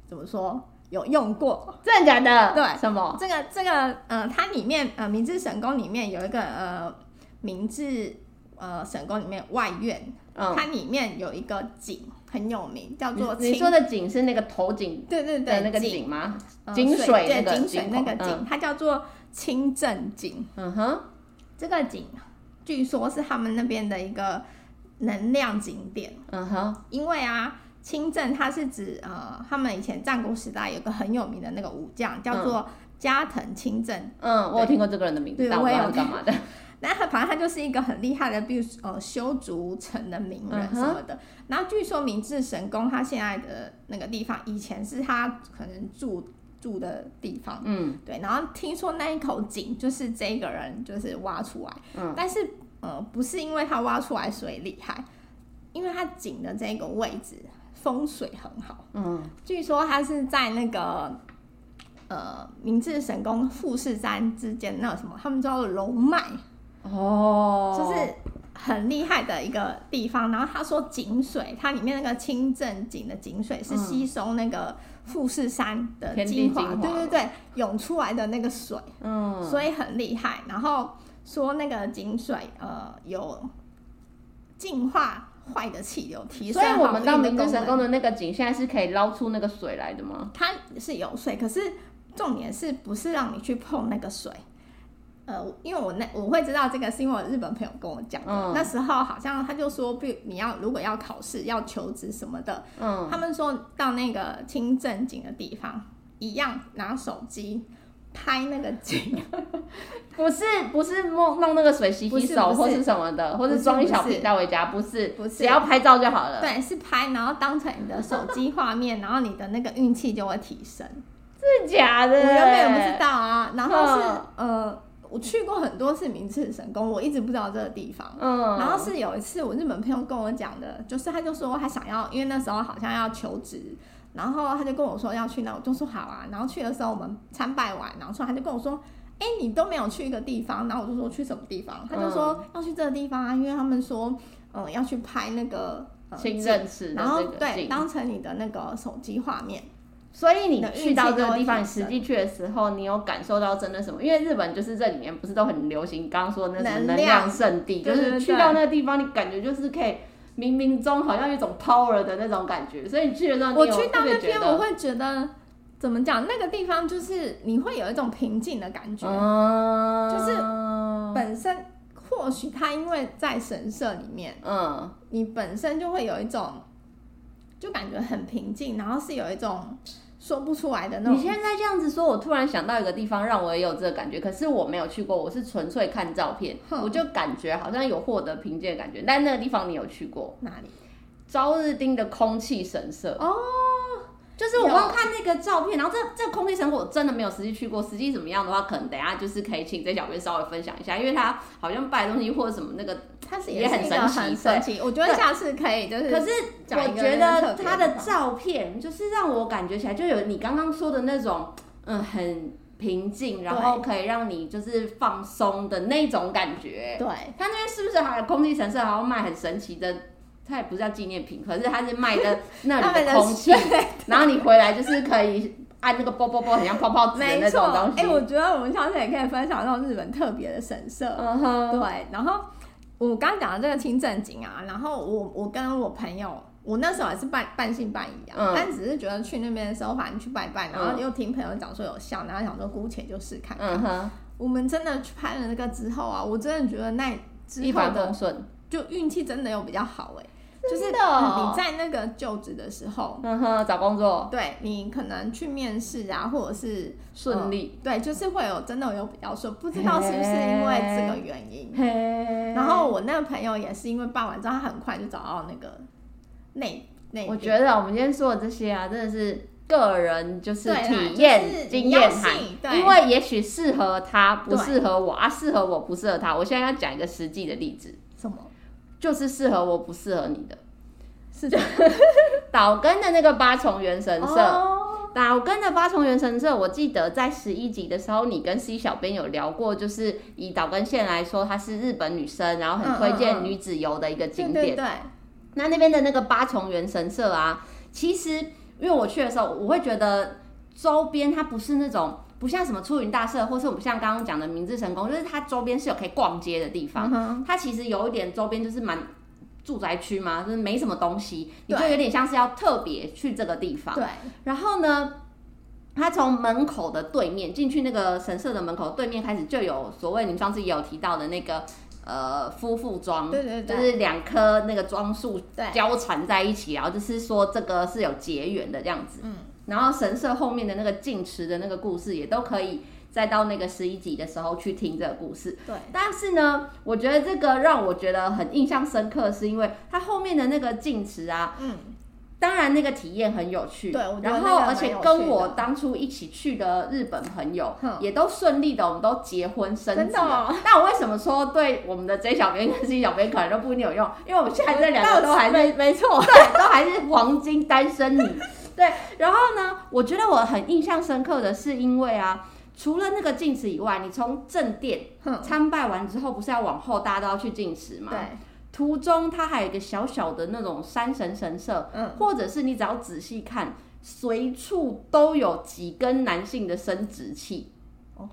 [SPEAKER 1] 怎么说有用过。
[SPEAKER 2] 真的假的？
[SPEAKER 1] 对
[SPEAKER 2] 什么？
[SPEAKER 1] 这个这个呃，它里面呃明治神宫里面有一个呃明治呃神宫里面外院，
[SPEAKER 2] 嗯，
[SPEAKER 1] 它里面有一个景很有名，叫做
[SPEAKER 2] 你你
[SPEAKER 1] 清
[SPEAKER 2] 说的景是那个头景
[SPEAKER 1] 对对
[SPEAKER 2] 的
[SPEAKER 1] 对
[SPEAKER 2] 那个
[SPEAKER 1] 景
[SPEAKER 2] 景吗？
[SPEAKER 1] 呃
[SPEAKER 2] 井水
[SPEAKER 1] 对
[SPEAKER 2] 那个
[SPEAKER 1] 井水那个
[SPEAKER 2] 井口
[SPEAKER 1] 景，它叫做清正景。
[SPEAKER 2] 嗯哼，
[SPEAKER 1] 这个景据说是他们那边的一个能量景点，
[SPEAKER 2] 嗯哼，
[SPEAKER 1] 因为啊，清正它是指呃，他们以前战国时代有个很有名的那个武将叫做加藤清正，
[SPEAKER 2] 嗯，我有听过这个人的名字，
[SPEAKER 1] 对
[SPEAKER 2] 但我不知道
[SPEAKER 1] 我
[SPEAKER 2] 他
[SPEAKER 1] 也有
[SPEAKER 2] 干 嘛的。
[SPEAKER 1] 那他反正他就是一个很厉害的，比如呃修竹城的名人
[SPEAKER 2] 嗯哼
[SPEAKER 1] 什么的。然后据说明治神宫他现在的那个地方，以前是他可能住住的地方，
[SPEAKER 2] 嗯
[SPEAKER 1] 对。然后听说那一口井就是这个人就是挖出来，
[SPEAKER 2] 嗯
[SPEAKER 1] 但是呃不是因为他挖出来所以厉害，因为他井的这个位置风水很好，
[SPEAKER 2] 嗯，
[SPEAKER 1] 据说他是在那个。呃，明治神宫富士山之间那有什么，他们叫做龙脉，
[SPEAKER 2] 哦，
[SPEAKER 1] 就是很厉害的一个地方。然后他说井水，它里面那个清正井的井水是
[SPEAKER 2] 嗯
[SPEAKER 1] 吸收那个富士山的
[SPEAKER 2] 天地
[SPEAKER 1] 精华，
[SPEAKER 2] 精华
[SPEAKER 1] 对对对，涌出来的那个水，
[SPEAKER 2] 嗯，
[SPEAKER 1] 所以很厉害。然后说那个井水呃有净化坏的气流，提升
[SPEAKER 2] 所以我们到
[SPEAKER 1] 好运的
[SPEAKER 2] 明治
[SPEAKER 1] 功
[SPEAKER 2] 神
[SPEAKER 1] 能
[SPEAKER 2] 宫的那个井，现在是可以捞出那个水来的吗？
[SPEAKER 1] 它是有水，可是重点是不是让你去碰那个水？呃，因为我那我会知道这个，是因为我日本朋友跟我讲的。
[SPEAKER 2] 嗯
[SPEAKER 1] 那时候好像他就说，比如你要如果要考试、要求职什么的，
[SPEAKER 2] 嗯，
[SPEAKER 1] 他们说到那个清正景的地方，一样拿手机拍那个景，
[SPEAKER 2] 不是不是弄弄那个水洗
[SPEAKER 1] 不
[SPEAKER 2] 洗
[SPEAKER 1] 是
[SPEAKER 2] 手
[SPEAKER 1] 不是
[SPEAKER 2] 或是什么的，或
[SPEAKER 1] 不
[SPEAKER 2] 是
[SPEAKER 1] 是
[SPEAKER 2] 装一
[SPEAKER 1] 不
[SPEAKER 2] 小
[SPEAKER 1] 是
[SPEAKER 2] 瓶带回家，不是，
[SPEAKER 1] 不是
[SPEAKER 2] 只要拍照就好了。
[SPEAKER 1] 对，是拍，然后当成你的手机画面，然后你的那个运气就会提 升。
[SPEAKER 2] 真的假的？
[SPEAKER 1] 我原本也不知道啊，然后是
[SPEAKER 2] 嗯
[SPEAKER 1] 呃，我去过很多次明治神宫，我一直不知道这个地方。
[SPEAKER 2] 嗯，
[SPEAKER 1] 然后是有一次我日本朋友跟我讲的，就是他就说他想要，因为那时候好像要求职，然后他就跟我说要去那，我就说好啊。然后去的时候我们参拜完，然后出来他就跟我说。哎、你都没有去一个地方，然后我就说去什么地方，他就说
[SPEAKER 2] 嗯
[SPEAKER 1] 要去这个地方啊，因为他们说，嗯、要去拍那个呃
[SPEAKER 2] 新
[SPEAKER 1] 景
[SPEAKER 2] 认识的
[SPEAKER 1] 然后
[SPEAKER 2] 这个
[SPEAKER 1] 对，
[SPEAKER 2] 景
[SPEAKER 1] 当成你的那个手机画面，
[SPEAKER 2] 所以你
[SPEAKER 1] 的运
[SPEAKER 2] 去
[SPEAKER 1] 气
[SPEAKER 2] 到
[SPEAKER 1] 就
[SPEAKER 2] 这个
[SPEAKER 1] 会
[SPEAKER 2] 地方，
[SPEAKER 1] 提
[SPEAKER 2] 你实
[SPEAKER 1] 升
[SPEAKER 2] 际去的时候，你有感受到真的什么？因为日本就是这几年不是都很流行，刚刚说的那什么
[SPEAKER 1] 能
[SPEAKER 2] 能量
[SPEAKER 1] 量
[SPEAKER 2] 圣地，
[SPEAKER 1] 对
[SPEAKER 2] 就是
[SPEAKER 1] 对
[SPEAKER 2] 去
[SPEAKER 1] 对
[SPEAKER 2] 到那个地方，你感觉就是可以冥冥中好像有一种 power 的那种感觉。所以你去的时候，
[SPEAKER 1] 我
[SPEAKER 2] 你有
[SPEAKER 1] 去到
[SPEAKER 2] 特别
[SPEAKER 1] 那
[SPEAKER 2] 觉
[SPEAKER 1] 边，
[SPEAKER 2] 得
[SPEAKER 1] 我会觉得怎么讲？那个地方就是你会有一种平静的感觉。
[SPEAKER 2] 嗯，
[SPEAKER 1] 就是
[SPEAKER 2] 哦
[SPEAKER 1] 本身或许它因为在神社里面，
[SPEAKER 2] 嗯，
[SPEAKER 1] 你本身就会有一种，就感觉很平静，然后是有一种说不出来的那
[SPEAKER 2] 你
[SPEAKER 1] 种。
[SPEAKER 2] 现在这样子说，我突然想到一个地方，让我也有这个感觉，可是我没有去过，我是纯粹看照片，
[SPEAKER 1] 哼
[SPEAKER 2] 我就感觉好像有获得凭借的感觉。但那个地方你有去过？
[SPEAKER 1] 哪里？
[SPEAKER 2] 朝日町的空气神社
[SPEAKER 1] 哦，
[SPEAKER 2] 就是我光
[SPEAKER 1] 有
[SPEAKER 2] 看那个照片，然后这这空气神社我真的没有实际去过，实际怎么样的话，可能等一下就是可以请这小编稍微分享一下，因为他好像拜的东西或者什么那个，
[SPEAKER 1] 它是
[SPEAKER 2] 也
[SPEAKER 1] 是
[SPEAKER 2] 很
[SPEAKER 1] 一
[SPEAKER 2] 神
[SPEAKER 1] 个
[SPEAKER 2] 奇
[SPEAKER 1] 很神奇。我觉得
[SPEAKER 2] 对
[SPEAKER 1] 下次可以就是，
[SPEAKER 2] 可是
[SPEAKER 1] 呃讲
[SPEAKER 2] 我
[SPEAKER 1] 一个
[SPEAKER 2] 觉
[SPEAKER 1] 那个
[SPEAKER 2] 得
[SPEAKER 1] 特别
[SPEAKER 2] 他
[SPEAKER 1] 的
[SPEAKER 2] 的
[SPEAKER 1] 地方
[SPEAKER 2] 照片就是让我感觉起来就有你刚刚说的那种，嗯，很平静，然后可以让你就是放松的那种感觉。
[SPEAKER 1] 对，
[SPEAKER 2] 他那边是不是还有空气神社，还要卖很神奇的？它也不是叫纪念品，可是它是卖 的那
[SPEAKER 1] 他
[SPEAKER 2] 里
[SPEAKER 1] 们
[SPEAKER 2] 的
[SPEAKER 1] 的
[SPEAKER 2] 空气，然后你回来就是可以按那个啵啵啵，很像泡泡纸的那
[SPEAKER 1] 没
[SPEAKER 2] 种
[SPEAKER 1] 错。
[SPEAKER 2] 东
[SPEAKER 1] 哎、
[SPEAKER 2] 西。
[SPEAKER 1] 我觉得我们下次也可以分享那种日本特别的神社。
[SPEAKER 2] 嗯哼，
[SPEAKER 1] 对，然后我刚刚讲的这个清正景啊，然后我我跟我朋友，我那时候还是半半信半疑啊，
[SPEAKER 2] 嗯
[SPEAKER 1] 但只是觉得去那边的时候，反正去拜拜，然后
[SPEAKER 2] 嗯
[SPEAKER 1] 又听朋友讲说有效，然后想说姑且就试看看。
[SPEAKER 2] 嗯哼，
[SPEAKER 1] 我们真的去拍了那个之后啊，我真的觉得那之
[SPEAKER 2] 一
[SPEAKER 1] 后
[SPEAKER 2] 帆
[SPEAKER 1] 的
[SPEAKER 2] 风顺。
[SPEAKER 1] 就运气真的有比较好哎、就是
[SPEAKER 2] 真的哦
[SPEAKER 1] 嗯你在那个就职的时候，
[SPEAKER 2] 嗯哼，找工作
[SPEAKER 1] 对你可能去面试啊，或者是嗯
[SPEAKER 2] 顺利。
[SPEAKER 1] 对，就是会有真的有比较顺，不知道是不是因为这个原因。
[SPEAKER 2] 嘿，嗯
[SPEAKER 1] 然后我那个朋友也是因为办完之后，他很快就找到那个内那
[SPEAKER 2] 我
[SPEAKER 1] 边
[SPEAKER 2] 觉得我们今天说的这些啊，真的是个人就是
[SPEAKER 1] 对啦
[SPEAKER 2] 体
[SPEAKER 1] 就
[SPEAKER 2] 验
[SPEAKER 1] 是
[SPEAKER 2] 经
[SPEAKER 1] 你要
[SPEAKER 2] 验谈
[SPEAKER 1] 信，对
[SPEAKER 2] 因为也许适合他，不
[SPEAKER 1] 对
[SPEAKER 2] 适合我啊，适合我不适合他。我现在要讲一个实际的例子，
[SPEAKER 1] 什么
[SPEAKER 2] 就是适合我不适合你的。
[SPEAKER 1] 是的
[SPEAKER 2] 岛根的那个八重元神社，
[SPEAKER 1] 哦
[SPEAKER 2] 岛根的八重元神社，我记得在十一集的时候，你跟 C 小编有聊过，就是以岛根县来说，它是日本女生，然后很推
[SPEAKER 1] 嗯嗯
[SPEAKER 2] 荐
[SPEAKER 1] 嗯
[SPEAKER 2] 女子游的一个
[SPEAKER 1] 对
[SPEAKER 2] 景点
[SPEAKER 1] 对。对，
[SPEAKER 2] 那那边的那个八重园神社啊，其实因为我去的时候，我会觉得周边它不是那种不像什么出云大社，或是我们像刚刚讲的明治神宫，就是它周边是有可以逛街的地方。
[SPEAKER 1] 嗯哼
[SPEAKER 2] 它其实有一点周边就是蛮住宅区嘛，就是没什么东西，你
[SPEAKER 1] 对
[SPEAKER 2] 就有点像是要特别去这个地方。
[SPEAKER 1] 对，
[SPEAKER 2] 然后呢，他从门口的对面进去那个神社的门口对面开始就有所谓你们上次也有提到的那个呃夫妇装，
[SPEAKER 1] 对对对
[SPEAKER 2] 就是两棵那个装束
[SPEAKER 1] 对
[SPEAKER 2] 交缠在一起，然后就是说这个是有结缘的这样子。
[SPEAKER 1] 嗯，
[SPEAKER 2] 然后神社后面的那个净池的那个故事也都可以。再到那个十一集的时候去听这个故事，
[SPEAKER 1] 对，
[SPEAKER 2] 但是呢，我觉得这个让我觉得很印象深刻，是因为它后面的那个净池啊，
[SPEAKER 1] 嗯，
[SPEAKER 2] 当然，那个体验很有趣。
[SPEAKER 1] 对我觉得
[SPEAKER 2] 然
[SPEAKER 1] 那
[SPEAKER 2] 后
[SPEAKER 1] 个蛮
[SPEAKER 2] 而且
[SPEAKER 1] 有趣
[SPEAKER 2] 跟我
[SPEAKER 1] 的
[SPEAKER 2] 当初一起去的日本朋友
[SPEAKER 1] 哼
[SPEAKER 2] 也都顺利的，我们都结婚生
[SPEAKER 1] 真
[SPEAKER 2] 子
[SPEAKER 1] 的
[SPEAKER 2] 了。
[SPEAKER 1] 哦
[SPEAKER 2] 那我为什么说对我们的 J 小编跟 C 小编可能都不一定有用？因为我们现在这两个都还是
[SPEAKER 1] 没没错，
[SPEAKER 2] 对，都还是黄金单身女。对，然后呢，我觉得我很印象深刻的是因为啊，除了那个镜池以外，你从正殿
[SPEAKER 1] 哼，
[SPEAKER 2] 参拜完之后，不是要往后大家都要去进池吗？
[SPEAKER 1] 对，
[SPEAKER 2] 途中它还有一个小小的那种山神神社，
[SPEAKER 1] 嗯，
[SPEAKER 2] 或者是你只要仔细看，随处都有几根男性的生殖器，
[SPEAKER 1] 哦，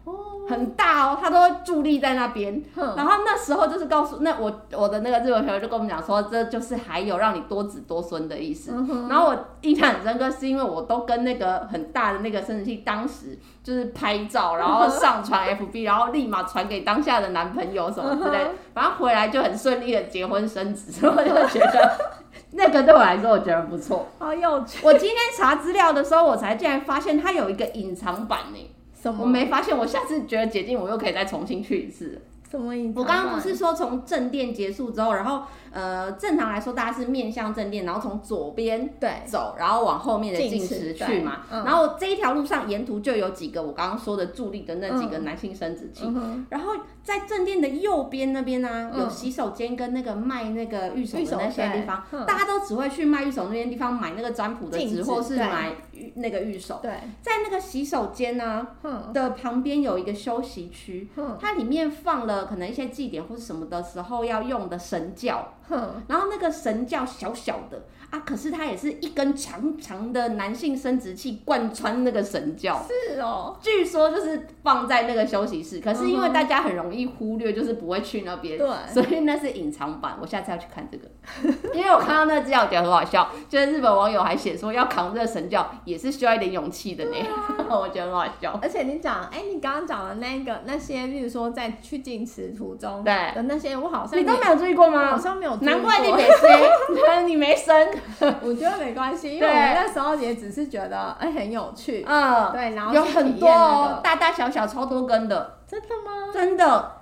[SPEAKER 2] 很大哦，它都会伫立在那边。
[SPEAKER 1] 哼，
[SPEAKER 2] 然后那时候就是告诉那我我的那个日本朋友就跟我们讲说，这就是还有让你多子多孙的意思。
[SPEAKER 1] 嗯哼
[SPEAKER 2] 然后我印象很深刻，是因为我都跟那个很大的那个生殖器，当时就是拍照，然后上 传 FB，然后立马传给当下的男朋友什么之类的，反正回来就很顺利的结婚生子，所以我就觉得那个对我来说，我觉得不错。
[SPEAKER 1] 好有趣，
[SPEAKER 2] 我今天查资料的时候，我才竟然发现它有一个隐藏版欸呢、
[SPEAKER 1] 什
[SPEAKER 2] 我
[SPEAKER 1] 么
[SPEAKER 2] 没发现，我下次觉得解禁，我又可以再重新去一次。
[SPEAKER 1] 什么隐藏
[SPEAKER 2] 我刚刚不
[SPEAKER 1] 版
[SPEAKER 2] 是说从正殿结束之后，然后呃，正常来说大家是面向正殿，然后从左边
[SPEAKER 1] 对，
[SPEAKER 2] 走，然后往后面的
[SPEAKER 1] 进
[SPEAKER 2] 进
[SPEAKER 1] 池
[SPEAKER 2] 池
[SPEAKER 1] 对
[SPEAKER 2] 去嘛。
[SPEAKER 1] 嗯
[SPEAKER 2] 然后这一条路上沿途就有几个我刚刚说的伫立的那几个
[SPEAKER 1] 嗯
[SPEAKER 2] 男性生殖器。
[SPEAKER 1] 嗯哼，
[SPEAKER 2] 然后在正殿的右边那边呢、啊
[SPEAKER 1] 嗯
[SPEAKER 2] 有洗手间跟那个卖那个玉手
[SPEAKER 1] 玉手
[SPEAKER 2] 的那些
[SPEAKER 1] 对
[SPEAKER 2] 地方，
[SPEAKER 1] 嗯
[SPEAKER 2] 大家都只会去卖玉手那些地方买那个占卜的
[SPEAKER 1] 镜子
[SPEAKER 2] 纸，或是
[SPEAKER 1] 对
[SPEAKER 2] 买玉那个玉手。
[SPEAKER 1] 对，嗯
[SPEAKER 2] 在那个洗手间啊呢、
[SPEAKER 1] 哼，
[SPEAKER 2] 的旁边有一个休息区，
[SPEAKER 1] 哼，
[SPEAKER 2] 它里面放了可能一些祭典或是什么的时候要用的神教，
[SPEAKER 1] 哼，
[SPEAKER 2] 然后那个神教小小的啊，可是它也是一根长长的男性生殖器贯穿那个神教。
[SPEAKER 1] 是哦，
[SPEAKER 2] 据说就是放在那个休息室，可是因为
[SPEAKER 1] 嗯哼
[SPEAKER 2] 大家很容易忽略，就是不会去那边，
[SPEAKER 1] 对
[SPEAKER 2] 所以那是隐藏版。我下次要去看这个， 因为我看到那资料，我觉得很好笑，就是日本网友还写说要扛这个神教也是需要一点勇气的呢， 我觉得很好笑。
[SPEAKER 1] 而且你讲，哎，你刚刚讲的那个那些，比如说在去进池途中
[SPEAKER 2] 对
[SPEAKER 1] 的那些，我好像
[SPEAKER 2] 你都
[SPEAKER 1] 没
[SPEAKER 2] 没有注意过
[SPEAKER 1] 我好
[SPEAKER 2] 吗？
[SPEAKER 1] 像没有注意过，
[SPEAKER 2] 难怪你没生，你没生，
[SPEAKER 1] 我觉得没关系，因为
[SPEAKER 2] 对
[SPEAKER 1] 我们那时候也只是觉得哎很有趣，
[SPEAKER 2] 嗯，
[SPEAKER 1] 对，然后
[SPEAKER 2] 有
[SPEAKER 1] 去
[SPEAKER 2] 很
[SPEAKER 1] 体
[SPEAKER 2] 多
[SPEAKER 1] 验
[SPEAKER 2] 哦
[SPEAKER 1] 那，
[SPEAKER 2] 大大小小超多根的，
[SPEAKER 1] 个，真的吗？
[SPEAKER 2] 真的。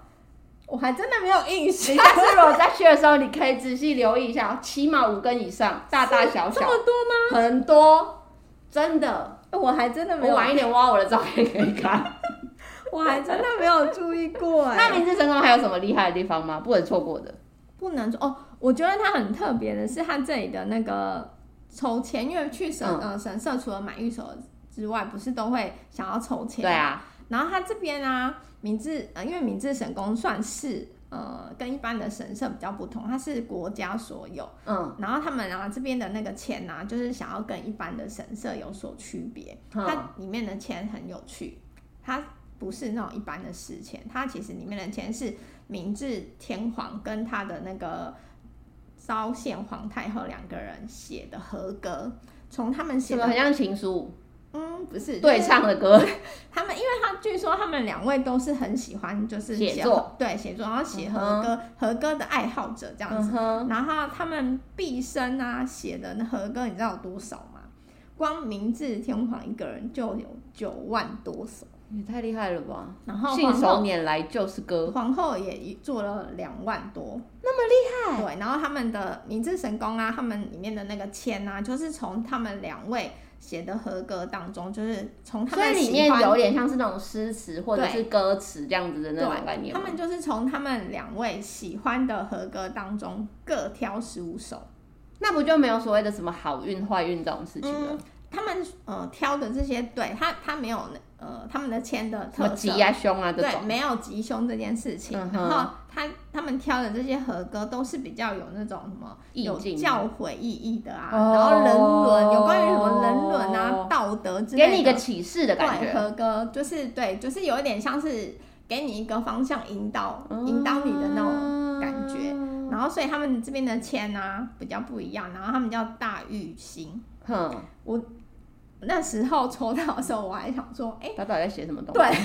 [SPEAKER 1] 我还真的没有印象，
[SPEAKER 2] 下次如果再去的时候，你可以仔细留意一下，起码五根以上，大大小
[SPEAKER 1] 这
[SPEAKER 2] 小，
[SPEAKER 1] 么多吗？哎
[SPEAKER 2] 很多，真的。
[SPEAKER 1] 我还真的没
[SPEAKER 2] 我
[SPEAKER 1] 有，
[SPEAKER 2] 晚一点挖我的照片给你看。
[SPEAKER 1] 我还真的没有注意过哎。
[SPEAKER 2] 那明治神宫还有什么厉害的地方吗？不能错过的。
[SPEAKER 1] 不能说哦，我觉得它很特别的是，它这里的那个筹钱，因为去神、
[SPEAKER 2] 嗯
[SPEAKER 1] 呃神社除了买玉手之外，不是都会想要筹钱？
[SPEAKER 2] 对。啊，
[SPEAKER 1] 然后它这边啊，明治呃，因为明治神宫算是呃跟一般的神社比较不同，它是国家所有。
[SPEAKER 2] 嗯，
[SPEAKER 1] 然后他们啊这边的那个钱啊，就是想要跟一般的神社有所区别。
[SPEAKER 2] 嗯
[SPEAKER 1] 它里面的钱很有趣，它不是那种一般的石钱，它其实里面的钱是明治天皇跟他的那个昭宪皇太后两个人写的和歌，从他们写
[SPEAKER 2] 什么
[SPEAKER 1] 的
[SPEAKER 2] 很。像情书
[SPEAKER 1] 嗯，不是
[SPEAKER 2] 对
[SPEAKER 1] 就是
[SPEAKER 2] 唱的歌，
[SPEAKER 1] 他们，因为他据说他们两位都是很喜欢，就是
[SPEAKER 2] 写
[SPEAKER 1] 写
[SPEAKER 2] 作
[SPEAKER 1] 和，对写作，然后写和歌，和歌的爱好者这样子。
[SPEAKER 2] 嗯哼，
[SPEAKER 1] 然后他们毕生啊写的和歌，你知道有多少吗？光明治天皇一个人就有九万多首，
[SPEAKER 2] 也太厉害了吧！
[SPEAKER 1] 然后
[SPEAKER 2] 信
[SPEAKER 1] 皇
[SPEAKER 2] 手
[SPEAKER 1] 后
[SPEAKER 2] 拈来就是歌，
[SPEAKER 1] 皇后也一做了两万多，那么厉害。对，然后他们的明治神宫啊，他们里面的那个签啊，就是从他们两位写的和歌当中，就是从他
[SPEAKER 2] 所
[SPEAKER 1] 们
[SPEAKER 2] 以里
[SPEAKER 1] 喜
[SPEAKER 2] 面
[SPEAKER 1] 欢
[SPEAKER 2] 有点像是那种诗词或者
[SPEAKER 1] 对
[SPEAKER 2] 是歌词这样子的那种概
[SPEAKER 1] 对，
[SPEAKER 2] 念
[SPEAKER 1] 他
[SPEAKER 2] 吗。
[SPEAKER 1] 们就是从他们两位喜欢的和歌当中各挑十五首。
[SPEAKER 2] 那不就没有所谓的什么好运坏运这种事情了？
[SPEAKER 1] 他们呃挑的这些，对他他没有呃他们的签的
[SPEAKER 2] 什么
[SPEAKER 1] 特色，
[SPEAKER 2] 吉啊凶啊这
[SPEAKER 1] 对，
[SPEAKER 2] 种，
[SPEAKER 1] 没有吉凶这件事情。
[SPEAKER 2] 嗯哼
[SPEAKER 1] 然后他他们挑的这些和歌都是比较有那种什么
[SPEAKER 2] 意
[SPEAKER 1] 有
[SPEAKER 2] 境
[SPEAKER 1] 教诲意义的啊，
[SPEAKER 2] 哦
[SPEAKER 1] 然后人伦有关于什么人伦啊、道德之类的，
[SPEAKER 2] 给你一个启示的感
[SPEAKER 1] 对
[SPEAKER 2] 觉。
[SPEAKER 1] 和歌，就是对，就是有一点像是给你一个方向引导
[SPEAKER 2] 哦嗯
[SPEAKER 1] 引导你的那种。感觉
[SPEAKER 2] 觉。
[SPEAKER 1] 然后，所以他们这边的签啊比较不一样，然后他们叫大玉星。
[SPEAKER 2] 哼，
[SPEAKER 1] 那时候抽到的时候，我还想说，哎、
[SPEAKER 2] 他到底在写什么东西？
[SPEAKER 1] 对，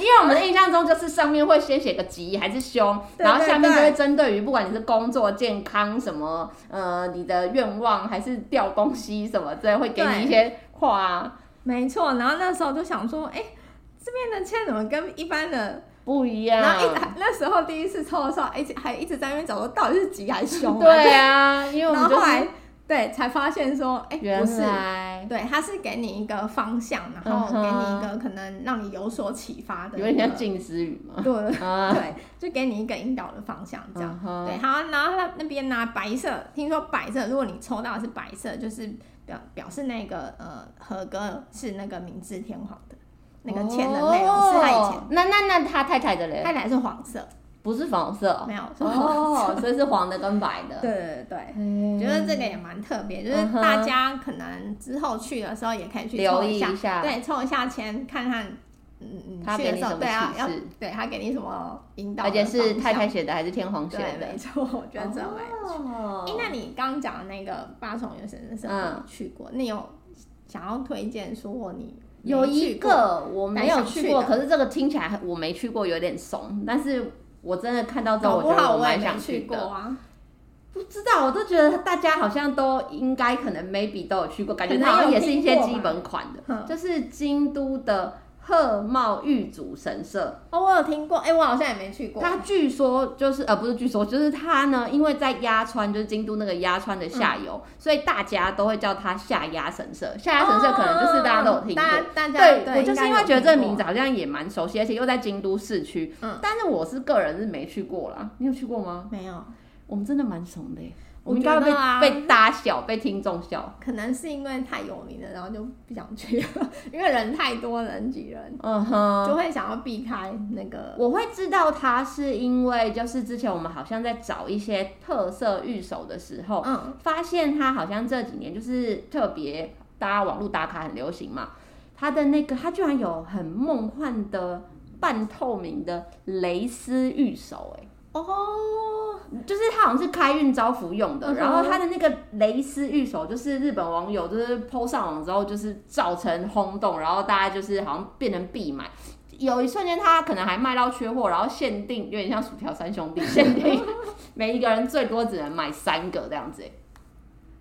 [SPEAKER 2] 因为我们的印象中就是上面会先写个吉还是凶，
[SPEAKER 1] 对
[SPEAKER 2] 然后下
[SPEAKER 1] 对
[SPEAKER 2] 面就
[SPEAKER 1] 对
[SPEAKER 2] 会针对于不管你是工作、健康什么，呃，你的愿望还是掉东西什么之类，会给你一些话啊
[SPEAKER 1] 没错。然后那时候就想说，哎、这边的签怎么跟一般的
[SPEAKER 2] 不一
[SPEAKER 1] 然后一直
[SPEAKER 2] 样。
[SPEAKER 1] 那时候第一次抽的时候，一直还一直在那边找说到底是吉还是凶、啊。
[SPEAKER 2] 对啊，因为我
[SPEAKER 1] 然
[SPEAKER 2] 们
[SPEAKER 1] 后
[SPEAKER 2] 就
[SPEAKER 1] 后
[SPEAKER 2] 是
[SPEAKER 1] 来对才发现说，哎、不
[SPEAKER 2] 原
[SPEAKER 1] 是，
[SPEAKER 2] 来
[SPEAKER 1] 对，它是给你一个方向，然
[SPEAKER 2] 嗯
[SPEAKER 1] 后
[SPEAKER 2] 哼
[SPEAKER 1] 给你一个可能让你有所启发的一
[SPEAKER 2] 有
[SPEAKER 1] 个，
[SPEAKER 2] 点像近思语嘛。
[SPEAKER 1] 对
[SPEAKER 2] 啊，
[SPEAKER 1] 对，就给你一个引导的方向 这样。
[SPEAKER 2] 嗯哼
[SPEAKER 1] 对，好，然后那那边呢、白色，听说白色，如果你抽到的是白色，就是表表示那个呃和歌是那个明治天皇的那个签的内容是他以前
[SPEAKER 2] 哦那那那他太太的嘞，
[SPEAKER 1] 太太是黄色，
[SPEAKER 2] 不是粉红色哦
[SPEAKER 1] 没有是黄色。
[SPEAKER 2] 哦， 所以是黄的跟白的。
[SPEAKER 1] 对对对，
[SPEAKER 2] 嗯
[SPEAKER 1] 觉得这个也蛮特别，就是
[SPEAKER 2] 嗯哼
[SPEAKER 1] 大家可能之后去的时候也可以去
[SPEAKER 2] 留
[SPEAKER 1] 抽
[SPEAKER 2] 意
[SPEAKER 1] 下，
[SPEAKER 2] 一下
[SPEAKER 1] 对，抽一下签看看，嗯嗯，
[SPEAKER 2] 他
[SPEAKER 1] 去
[SPEAKER 2] 给
[SPEAKER 1] 的
[SPEAKER 2] 你
[SPEAKER 1] 时候
[SPEAKER 2] 什
[SPEAKER 1] 对啊
[SPEAKER 2] 么，
[SPEAKER 1] 要
[SPEAKER 2] 启示，
[SPEAKER 1] 对他给你什么引导，
[SPEAKER 2] 而且是太太，写的还是天皇写
[SPEAKER 1] 对，
[SPEAKER 2] 的？
[SPEAKER 1] 没错，我觉得这蛮。
[SPEAKER 2] 哦
[SPEAKER 1] 哎、那你刚讲的那个八重原神社
[SPEAKER 2] 嗯
[SPEAKER 1] 你去过，你有想要推荐说你没
[SPEAKER 2] 有一
[SPEAKER 1] 去过
[SPEAKER 2] 个我没
[SPEAKER 1] 蛮
[SPEAKER 2] 有去过，
[SPEAKER 1] 想去的
[SPEAKER 2] 可是这个听起来我没去过，有点怂。但是我真的看到之
[SPEAKER 1] 搞
[SPEAKER 2] 后，我
[SPEAKER 1] 不
[SPEAKER 2] 觉得
[SPEAKER 1] 好
[SPEAKER 2] 我
[SPEAKER 1] 也
[SPEAKER 2] 蛮
[SPEAKER 1] 没
[SPEAKER 2] 想
[SPEAKER 1] 去过
[SPEAKER 2] 的。
[SPEAKER 1] 啊，
[SPEAKER 2] 不知道，我都觉得大家好像都应该可能 maybe 都有去过，感觉
[SPEAKER 1] 可能
[SPEAKER 2] 它好像
[SPEAKER 1] 有
[SPEAKER 2] 也是一
[SPEAKER 1] 听
[SPEAKER 2] 些
[SPEAKER 1] 过
[SPEAKER 2] 基
[SPEAKER 1] 吧
[SPEAKER 2] 本款的，
[SPEAKER 1] 嗯
[SPEAKER 2] 就是京都的鹤茂玉祖神社。
[SPEAKER 1] 哦，我有听过，哎、我好像也没去过，
[SPEAKER 2] 它据说就是呃，不是据说，就是它呢，因为在鸭川，就是京都那个鸭川的下游，
[SPEAKER 1] 嗯
[SPEAKER 2] 所以大家都会叫它下鸭神社。下鸭神社可能就是大家都有听过。
[SPEAKER 1] 哦大家大家
[SPEAKER 2] 对，
[SPEAKER 1] 对
[SPEAKER 2] 我就是因为觉得这个名字，好像也蛮熟悉，而且又在京都市区。
[SPEAKER 1] 嗯
[SPEAKER 2] 但是我是个人是没去过啦。你有去过吗？
[SPEAKER 1] 应该有听过没有，
[SPEAKER 2] 我们真的蛮怂的耶，我
[SPEAKER 1] 我
[SPEAKER 2] 们应该会被、
[SPEAKER 1] 觉得啊
[SPEAKER 2] 被大小，被听众笑。
[SPEAKER 1] 可能是因为太有名了，然后就不想去了，因为人太多，人挤人，
[SPEAKER 2] 嗯哼，
[SPEAKER 1] 就会想要避开那个。
[SPEAKER 2] 我会知道它是因为就是之前我们好像在找一些特色玉手的时候，
[SPEAKER 1] 嗯，
[SPEAKER 2] 发现它好像这几年就是特别，大家网络打卡很流行嘛。它的那个，它居然有很梦幻的半透明的蕾丝玉手、欸，
[SPEAKER 1] 哦，
[SPEAKER 2] 就是它好像是开运招福用的。
[SPEAKER 1] 嗯哼
[SPEAKER 2] 然后它的那个蕾丝玉手，就是日本网友就是 PO 上网之后，就是造成轰动，然后大家就是好像变成必买。有一瞬间，它可能还卖到缺货，然后限定，有点像薯条三兄弟，限定每一个人最多只能买三个这样子、欸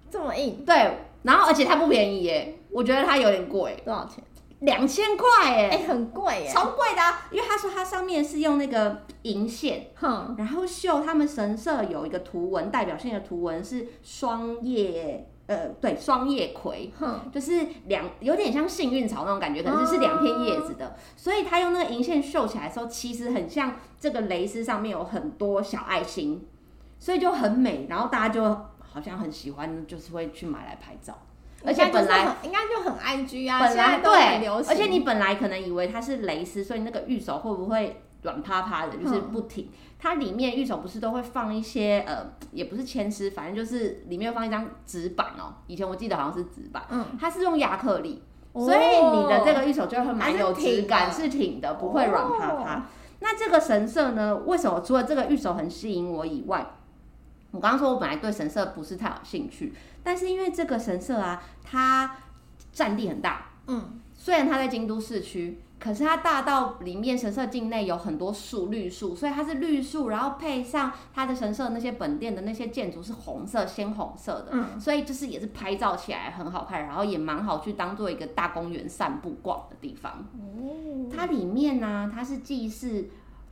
[SPEAKER 1] 这么硬，
[SPEAKER 2] 对，然后而且它不便宜耶，我觉得它有点贵，
[SPEAKER 1] 多少钱？
[SPEAKER 2] 两千块
[SPEAKER 1] 哎、
[SPEAKER 2] 耶，
[SPEAKER 1] 很贵耶。
[SPEAKER 2] 超贵的啊、因为他说它上面是用那个银线，
[SPEAKER 1] 哼，
[SPEAKER 2] 然后绣他们神社有一个图文代表性的图文是双叶，呃，对，双叶葵。
[SPEAKER 1] 哼，
[SPEAKER 2] 就是两有点像幸运草那种感觉，可是是两片叶子的，所以它用那个银线绣起来的时候，其实很像这个蕾丝上面有很多小爱心，所以就很美，然后大家就好像很喜欢，就是会去买来拍照，而且本来。
[SPEAKER 1] 应该就是很应该就很 IG 啊，
[SPEAKER 2] 本
[SPEAKER 1] 现在
[SPEAKER 2] 来
[SPEAKER 1] 都很
[SPEAKER 2] 对，
[SPEAKER 1] 流行，
[SPEAKER 2] 而且你本来可能以为它是蕾丝，所以那个玉手会不会软趴趴的，
[SPEAKER 1] 嗯
[SPEAKER 2] 就是不挺。它里面玉手不是都会放一些呃，也不是铅丝，反正就是里面放一张纸板哦。以前我记得好像是纸板，
[SPEAKER 1] 嗯，
[SPEAKER 2] 它是用亚克力，
[SPEAKER 1] 哦
[SPEAKER 2] 所以你的这个玉手就会蛮有质感，
[SPEAKER 1] 还
[SPEAKER 2] 是挺
[SPEAKER 1] 哦
[SPEAKER 2] 的，不会软趴趴。那这个神社呢？为什么除了这个玉手很吸引我以外，我刚刚说我本来对神社不是太有兴趣，但是因为这个神社啊，它占地很大，
[SPEAKER 1] 嗯，
[SPEAKER 2] 虽然它在京都市区，可是它大到里面神社境内有很多树，绿树，所以它是绿树，然后配上它的神社那些本店的那些建筑是红色，鲜红色的，
[SPEAKER 1] 嗯
[SPEAKER 2] 所以就是也是拍照起来很好看，然后也蛮好去当做一个大公园散步逛的地方。它里面呢、它是祭祀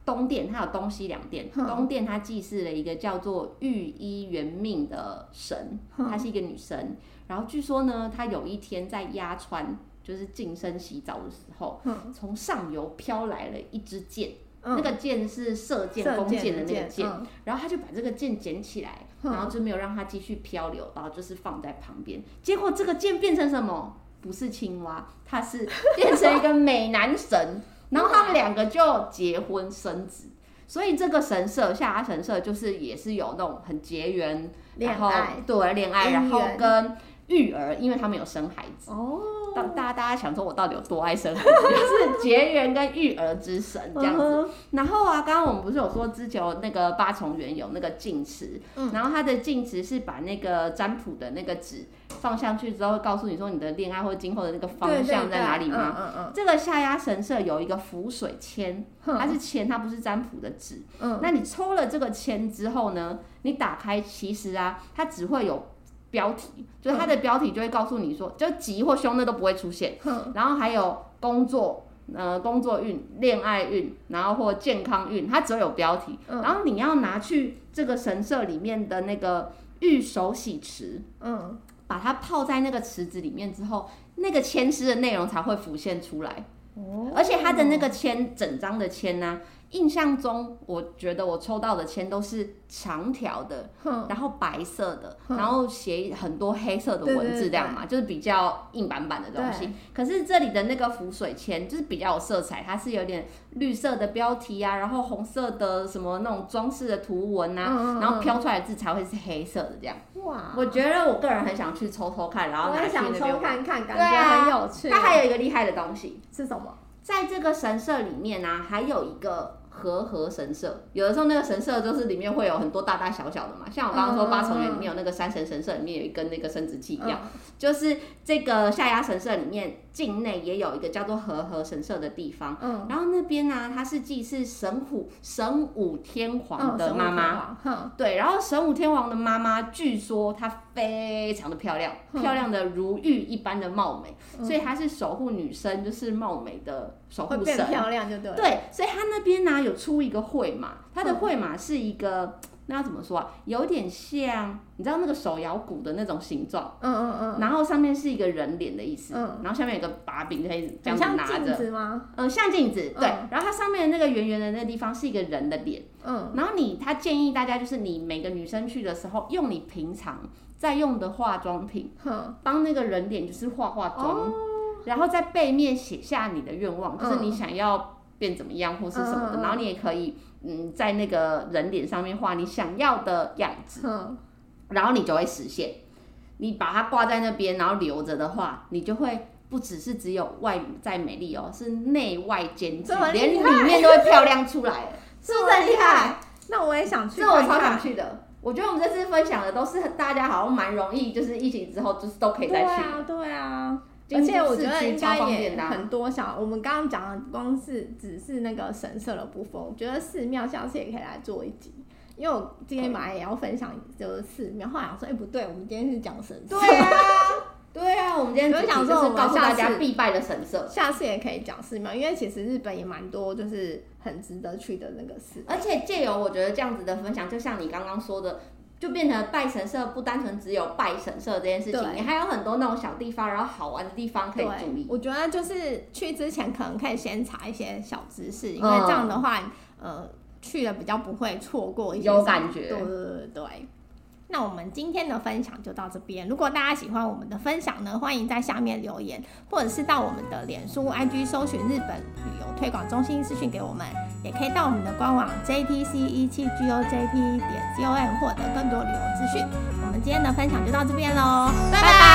[SPEAKER 2] 东殿，它有东西两殿。
[SPEAKER 1] 嗯
[SPEAKER 2] 东殿它祭祀了一个叫做御医元命的神，
[SPEAKER 1] 嗯
[SPEAKER 2] 她是一个女神。然后据说呢，她有一天在鸭川，就是净身洗澡的时候，
[SPEAKER 1] 嗯
[SPEAKER 2] 从上游飘来了一支箭，
[SPEAKER 1] 嗯
[SPEAKER 2] 那个箭是射箭、弓箭的那个箭。
[SPEAKER 1] 嗯
[SPEAKER 2] 然后他就把这个箭捡起来，
[SPEAKER 1] 嗯
[SPEAKER 2] 然后就没有让它继续漂流，然后就是放在旁边。结果这个箭变成什么？不是青蛙，它是变成一个美 男神。然后他们两个就结婚生子。所以这个神社下阿神社就是也是有那种很结缘，然
[SPEAKER 1] 恋
[SPEAKER 2] 后
[SPEAKER 1] 爱
[SPEAKER 2] 对恋爱，
[SPEAKER 1] 姻
[SPEAKER 2] 然后
[SPEAKER 1] 缘
[SPEAKER 2] 跟育儿，因为他们有生孩子。
[SPEAKER 1] 哦，
[SPEAKER 2] 大大家大家想说，我到底有多爱生孩 子？就是结缘跟育儿之神这样子。
[SPEAKER 1] 子，
[SPEAKER 2] 然后啊，刚刚我们不是有说之前有那个八重园有那个净池，
[SPEAKER 1] 嗯
[SPEAKER 2] 然后它的净池是把那个占卜的那个纸放上去之后，告诉你说你的恋爱或今后的那个方
[SPEAKER 1] 对
[SPEAKER 2] 向在哪里？吗？
[SPEAKER 1] 对对嗯
[SPEAKER 2] 这个下压神社有一个符水签，
[SPEAKER 1] 嗯
[SPEAKER 2] 它是签，它不是占卜的纸。
[SPEAKER 1] 嗯
[SPEAKER 2] 那你抽了这个签之后呢，你打开其实啊，它只会有标题，就是它的标题就会告诉你说，就吉或凶那都不会出现。
[SPEAKER 1] 嗯嗯，
[SPEAKER 2] 然后还有工作，呃，工作运、恋爱运，然后或健康运，它只有标题。
[SPEAKER 1] 嗯
[SPEAKER 2] 然后你要拿去这个神社里面的那个玉手洗池，
[SPEAKER 1] 嗯，
[SPEAKER 2] 把它泡在那个池子里面之后，那个签诗的内容才会浮现出来。
[SPEAKER 1] 哦
[SPEAKER 2] 而且它的那个签，整张的签呢、印象中我觉得我抽到的签都是长条的，
[SPEAKER 1] 哼
[SPEAKER 2] 然后白色的，
[SPEAKER 1] 嗯
[SPEAKER 2] 然后写很多黑色的
[SPEAKER 1] 对
[SPEAKER 2] 文
[SPEAKER 1] 对
[SPEAKER 2] 字，
[SPEAKER 1] 对
[SPEAKER 2] 这样嘛，就是比较硬板板的东西
[SPEAKER 1] 对。
[SPEAKER 2] 可是这里的那个浮水签就是比较有色彩，它是有点绿色的标题啊，然后红色的什么那种装饰的图文啊，
[SPEAKER 1] 嗯嗯嗯
[SPEAKER 2] 然后飘出来的字才会是黑色的这样。
[SPEAKER 1] 哇，
[SPEAKER 2] 我觉得我个人很想去抽抽看，然后
[SPEAKER 1] 我
[SPEAKER 2] 拿
[SPEAKER 1] 也
[SPEAKER 2] 去那
[SPEAKER 1] 想
[SPEAKER 2] 边
[SPEAKER 1] 抽
[SPEAKER 2] 玩。
[SPEAKER 1] 看看，感
[SPEAKER 2] 对啊
[SPEAKER 1] 觉很有趣。
[SPEAKER 2] 它还有一个厉害的东西，
[SPEAKER 1] 是什么？
[SPEAKER 2] 在这个神社里面呢、啊，还有一个和合神社。有的时候那个神社就是里面会有很多大大小小的嘛，像我刚刚说
[SPEAKER 1] 嗯
[SPEAKER 2] 八重园里面有那个山神神社，里面有一根那个生殖器一样。
[SPEAKER 1] 嗯
[SPEAKER 2] 就是这个下压神社里面境内也有一个叫做和合神社的地方。
[SPEAKER 1] 嗯，
[SPEAKER 2] 然后那边呢、它是祭祀神虎神武天皇
[SPEAKER 1] 嗯
[SPEAKER 2] 的妈
[SPEAKER 1] 神武
[SPEAKER 2] 妈，，
[SPEAKER 1] 天王
[SPEAKER 2] 对，然后神武天王的妈妈，据说她非常的漂亮，漂亮的如玉一般的貌美，所以她是守护女生，就是貌美的守
[SPEAKER 1] 哼，嗯会
[SPEAKER 2] 护
[SPEAKER 1] 变
[SPEAKER 2] 神。
[SPEAKER 1] 漂亮就对了。
[SPEAKER 2] 对，所以她那边呢、有出一个会码，她的会码是一个，那要怎么说啊？有点像你知道那个手摇鼓的那种形状，
[SPEAKER 1] 嗯嗯
[SPEAKER 2] 然后上面是一个人脸的意思，
[SPEAKER 1] 嗯
[SPEAKER 2] 然后下面有个把柄可以
[SPEAKER 1] 嗯，
[SPEAKER 2] 这
[SPEAKER 1] 很
[SPEAKER 2] 样子
[SPEAKER 1] 像
[SPEAKER 2] 拿
[SPEAKER 1] 镜
[SPEAKER 2] 着。
[SPEAKER 1] 子吗？
[SPEAKER 2] 嗯，像镜子，对。
[SPEAKER 1] 嗯
[SPEAKER 2] 然后它上面的那个圆圆的那个地方是一个人的脸，
[SPEAKER 1] 嗯，
[SPEAKER 2] 然后你，他建议大家就是你每个女生去的时候，用你平常在用的化妆品，
[SPEAKER 1] 哼，
[SPEAKER 2] 帮那个人脸就是化化妆，
[SPEAKER 1] 嗯哦，
[SPEAKER 2] 然后在背面写下你的愿望，就是
[SPEAKER 1] 嗯
[SPEAKER 2] 你想要变怎么样或是什
[SPEAKER 1] 嗯
[SPEAKER 2] 么
[SPEAKER 1] 嗯
[SPEAKER 2] 的，
[SPEAKER 1] 嗯
[SPEAKER 2] 然后你也可以嗯在那个人脸上面画你想要的样子，
[SPEAKER 1] 哼，
[SPEAKER 2] 然后你就会实现。你把它挂在那边，然后留着的话，你就会不只是只有外在美丽哦，是内外兼具
[SPEAKER 1] 这么，厉
[SPEAKER 2] 连
[SPEAKER 1] 害
[SPEAKER 2] 里面都会漂亮出来了。
[SPEAKER 1] 是不是很厉害？那我也想去
[SPEAKER 2] 这我
[SPEAKER 1] 看
[SPEAKER 2] 超
[SPEAKER 1] 看
[SPEAKER 2] 想。去的。我觉得我们这次分享的都是大家好像蛮容易，就是疫情之后就是都可以
[SPEAKER 1] 对
[SPEAKER 2] 再去。
[SPEAKER 1] 啊，对啊。
[SPEAKER 2] 京
[SPEAKER 1] 而
[SPEAKER 2] 都
[SPEAKER 1] 且我觉
[SPEAKER 2] 市
[SPEAKER 1] 得
[SPEAKER 2] 区
[SPEAKER 1] 应
[SPEAKER 2] 超
[SPEAKER 1] 该
[SPEAKER 2] 方便
[SPEAKER 1] 也
[SPEAKER 2] 的啊
[SPEAKER 1] 很多小，我们刚刚讲的光是只是那个神社的部分，我觉得寺庙下次也可以来做一集，因为我今天本来也要分享就是寺庙，后来想说，哎、不对，我们今天是讲神社，
[SPEAKER 2] 对啊，对啊，我们今天主题
[SPEAKER 1] 我想
[SPEAKER 2] 就
[SPEAKER 1] 说我
[SPEAKER 2] 是
[SPEAKER 1] 们
[SPEAKER 2] 告诉大
[SPEAKER 1] 下
[SPEAKER 2] 家
[SPEAKER 1] 次
[SPEAKER 2] 必拜的神社，
[SPEAKER 1] 下次也可以讲寺庙，因为其实日本也蛮多就是很值得去的那个寺，
[SPEAKER 2] 而且借由我觉得这样子的分享，就像你刚刚说的。就变成拜神社不单纯只有拜神社这件事情，
[SPEAKER 1] 对
[SPEAKER 2] 你还有很多那种小地方，然后好玩的地方可以
[SPEAKER 1] 对
[SPEAKER 2] 注意，。
[SPEAKER 1] 我觉得就是去之前可能可以先查一些小知识，因为
[SPEAKER 2] 嗯
[SPEAKER 1] 这样的话，呃，去了比较不会错过一些
[SPEAKER 2] 有
[SPEAKER 1] 什么
[SPEAKER 2] 感觉
[SPEAKER 1] 对对对对。那我们今天的分享就到这边。如果大家喜欢我们的分享呢，欢迎在下面留言，或者是到我们的脸书、IG 搜寻日本旅游推广中心私讯给我们，也可以到我们的官网 JTC 一七 GOJP 点 COM 获得更多旅游资讯。我们今天的分享就到这边喽，拜拜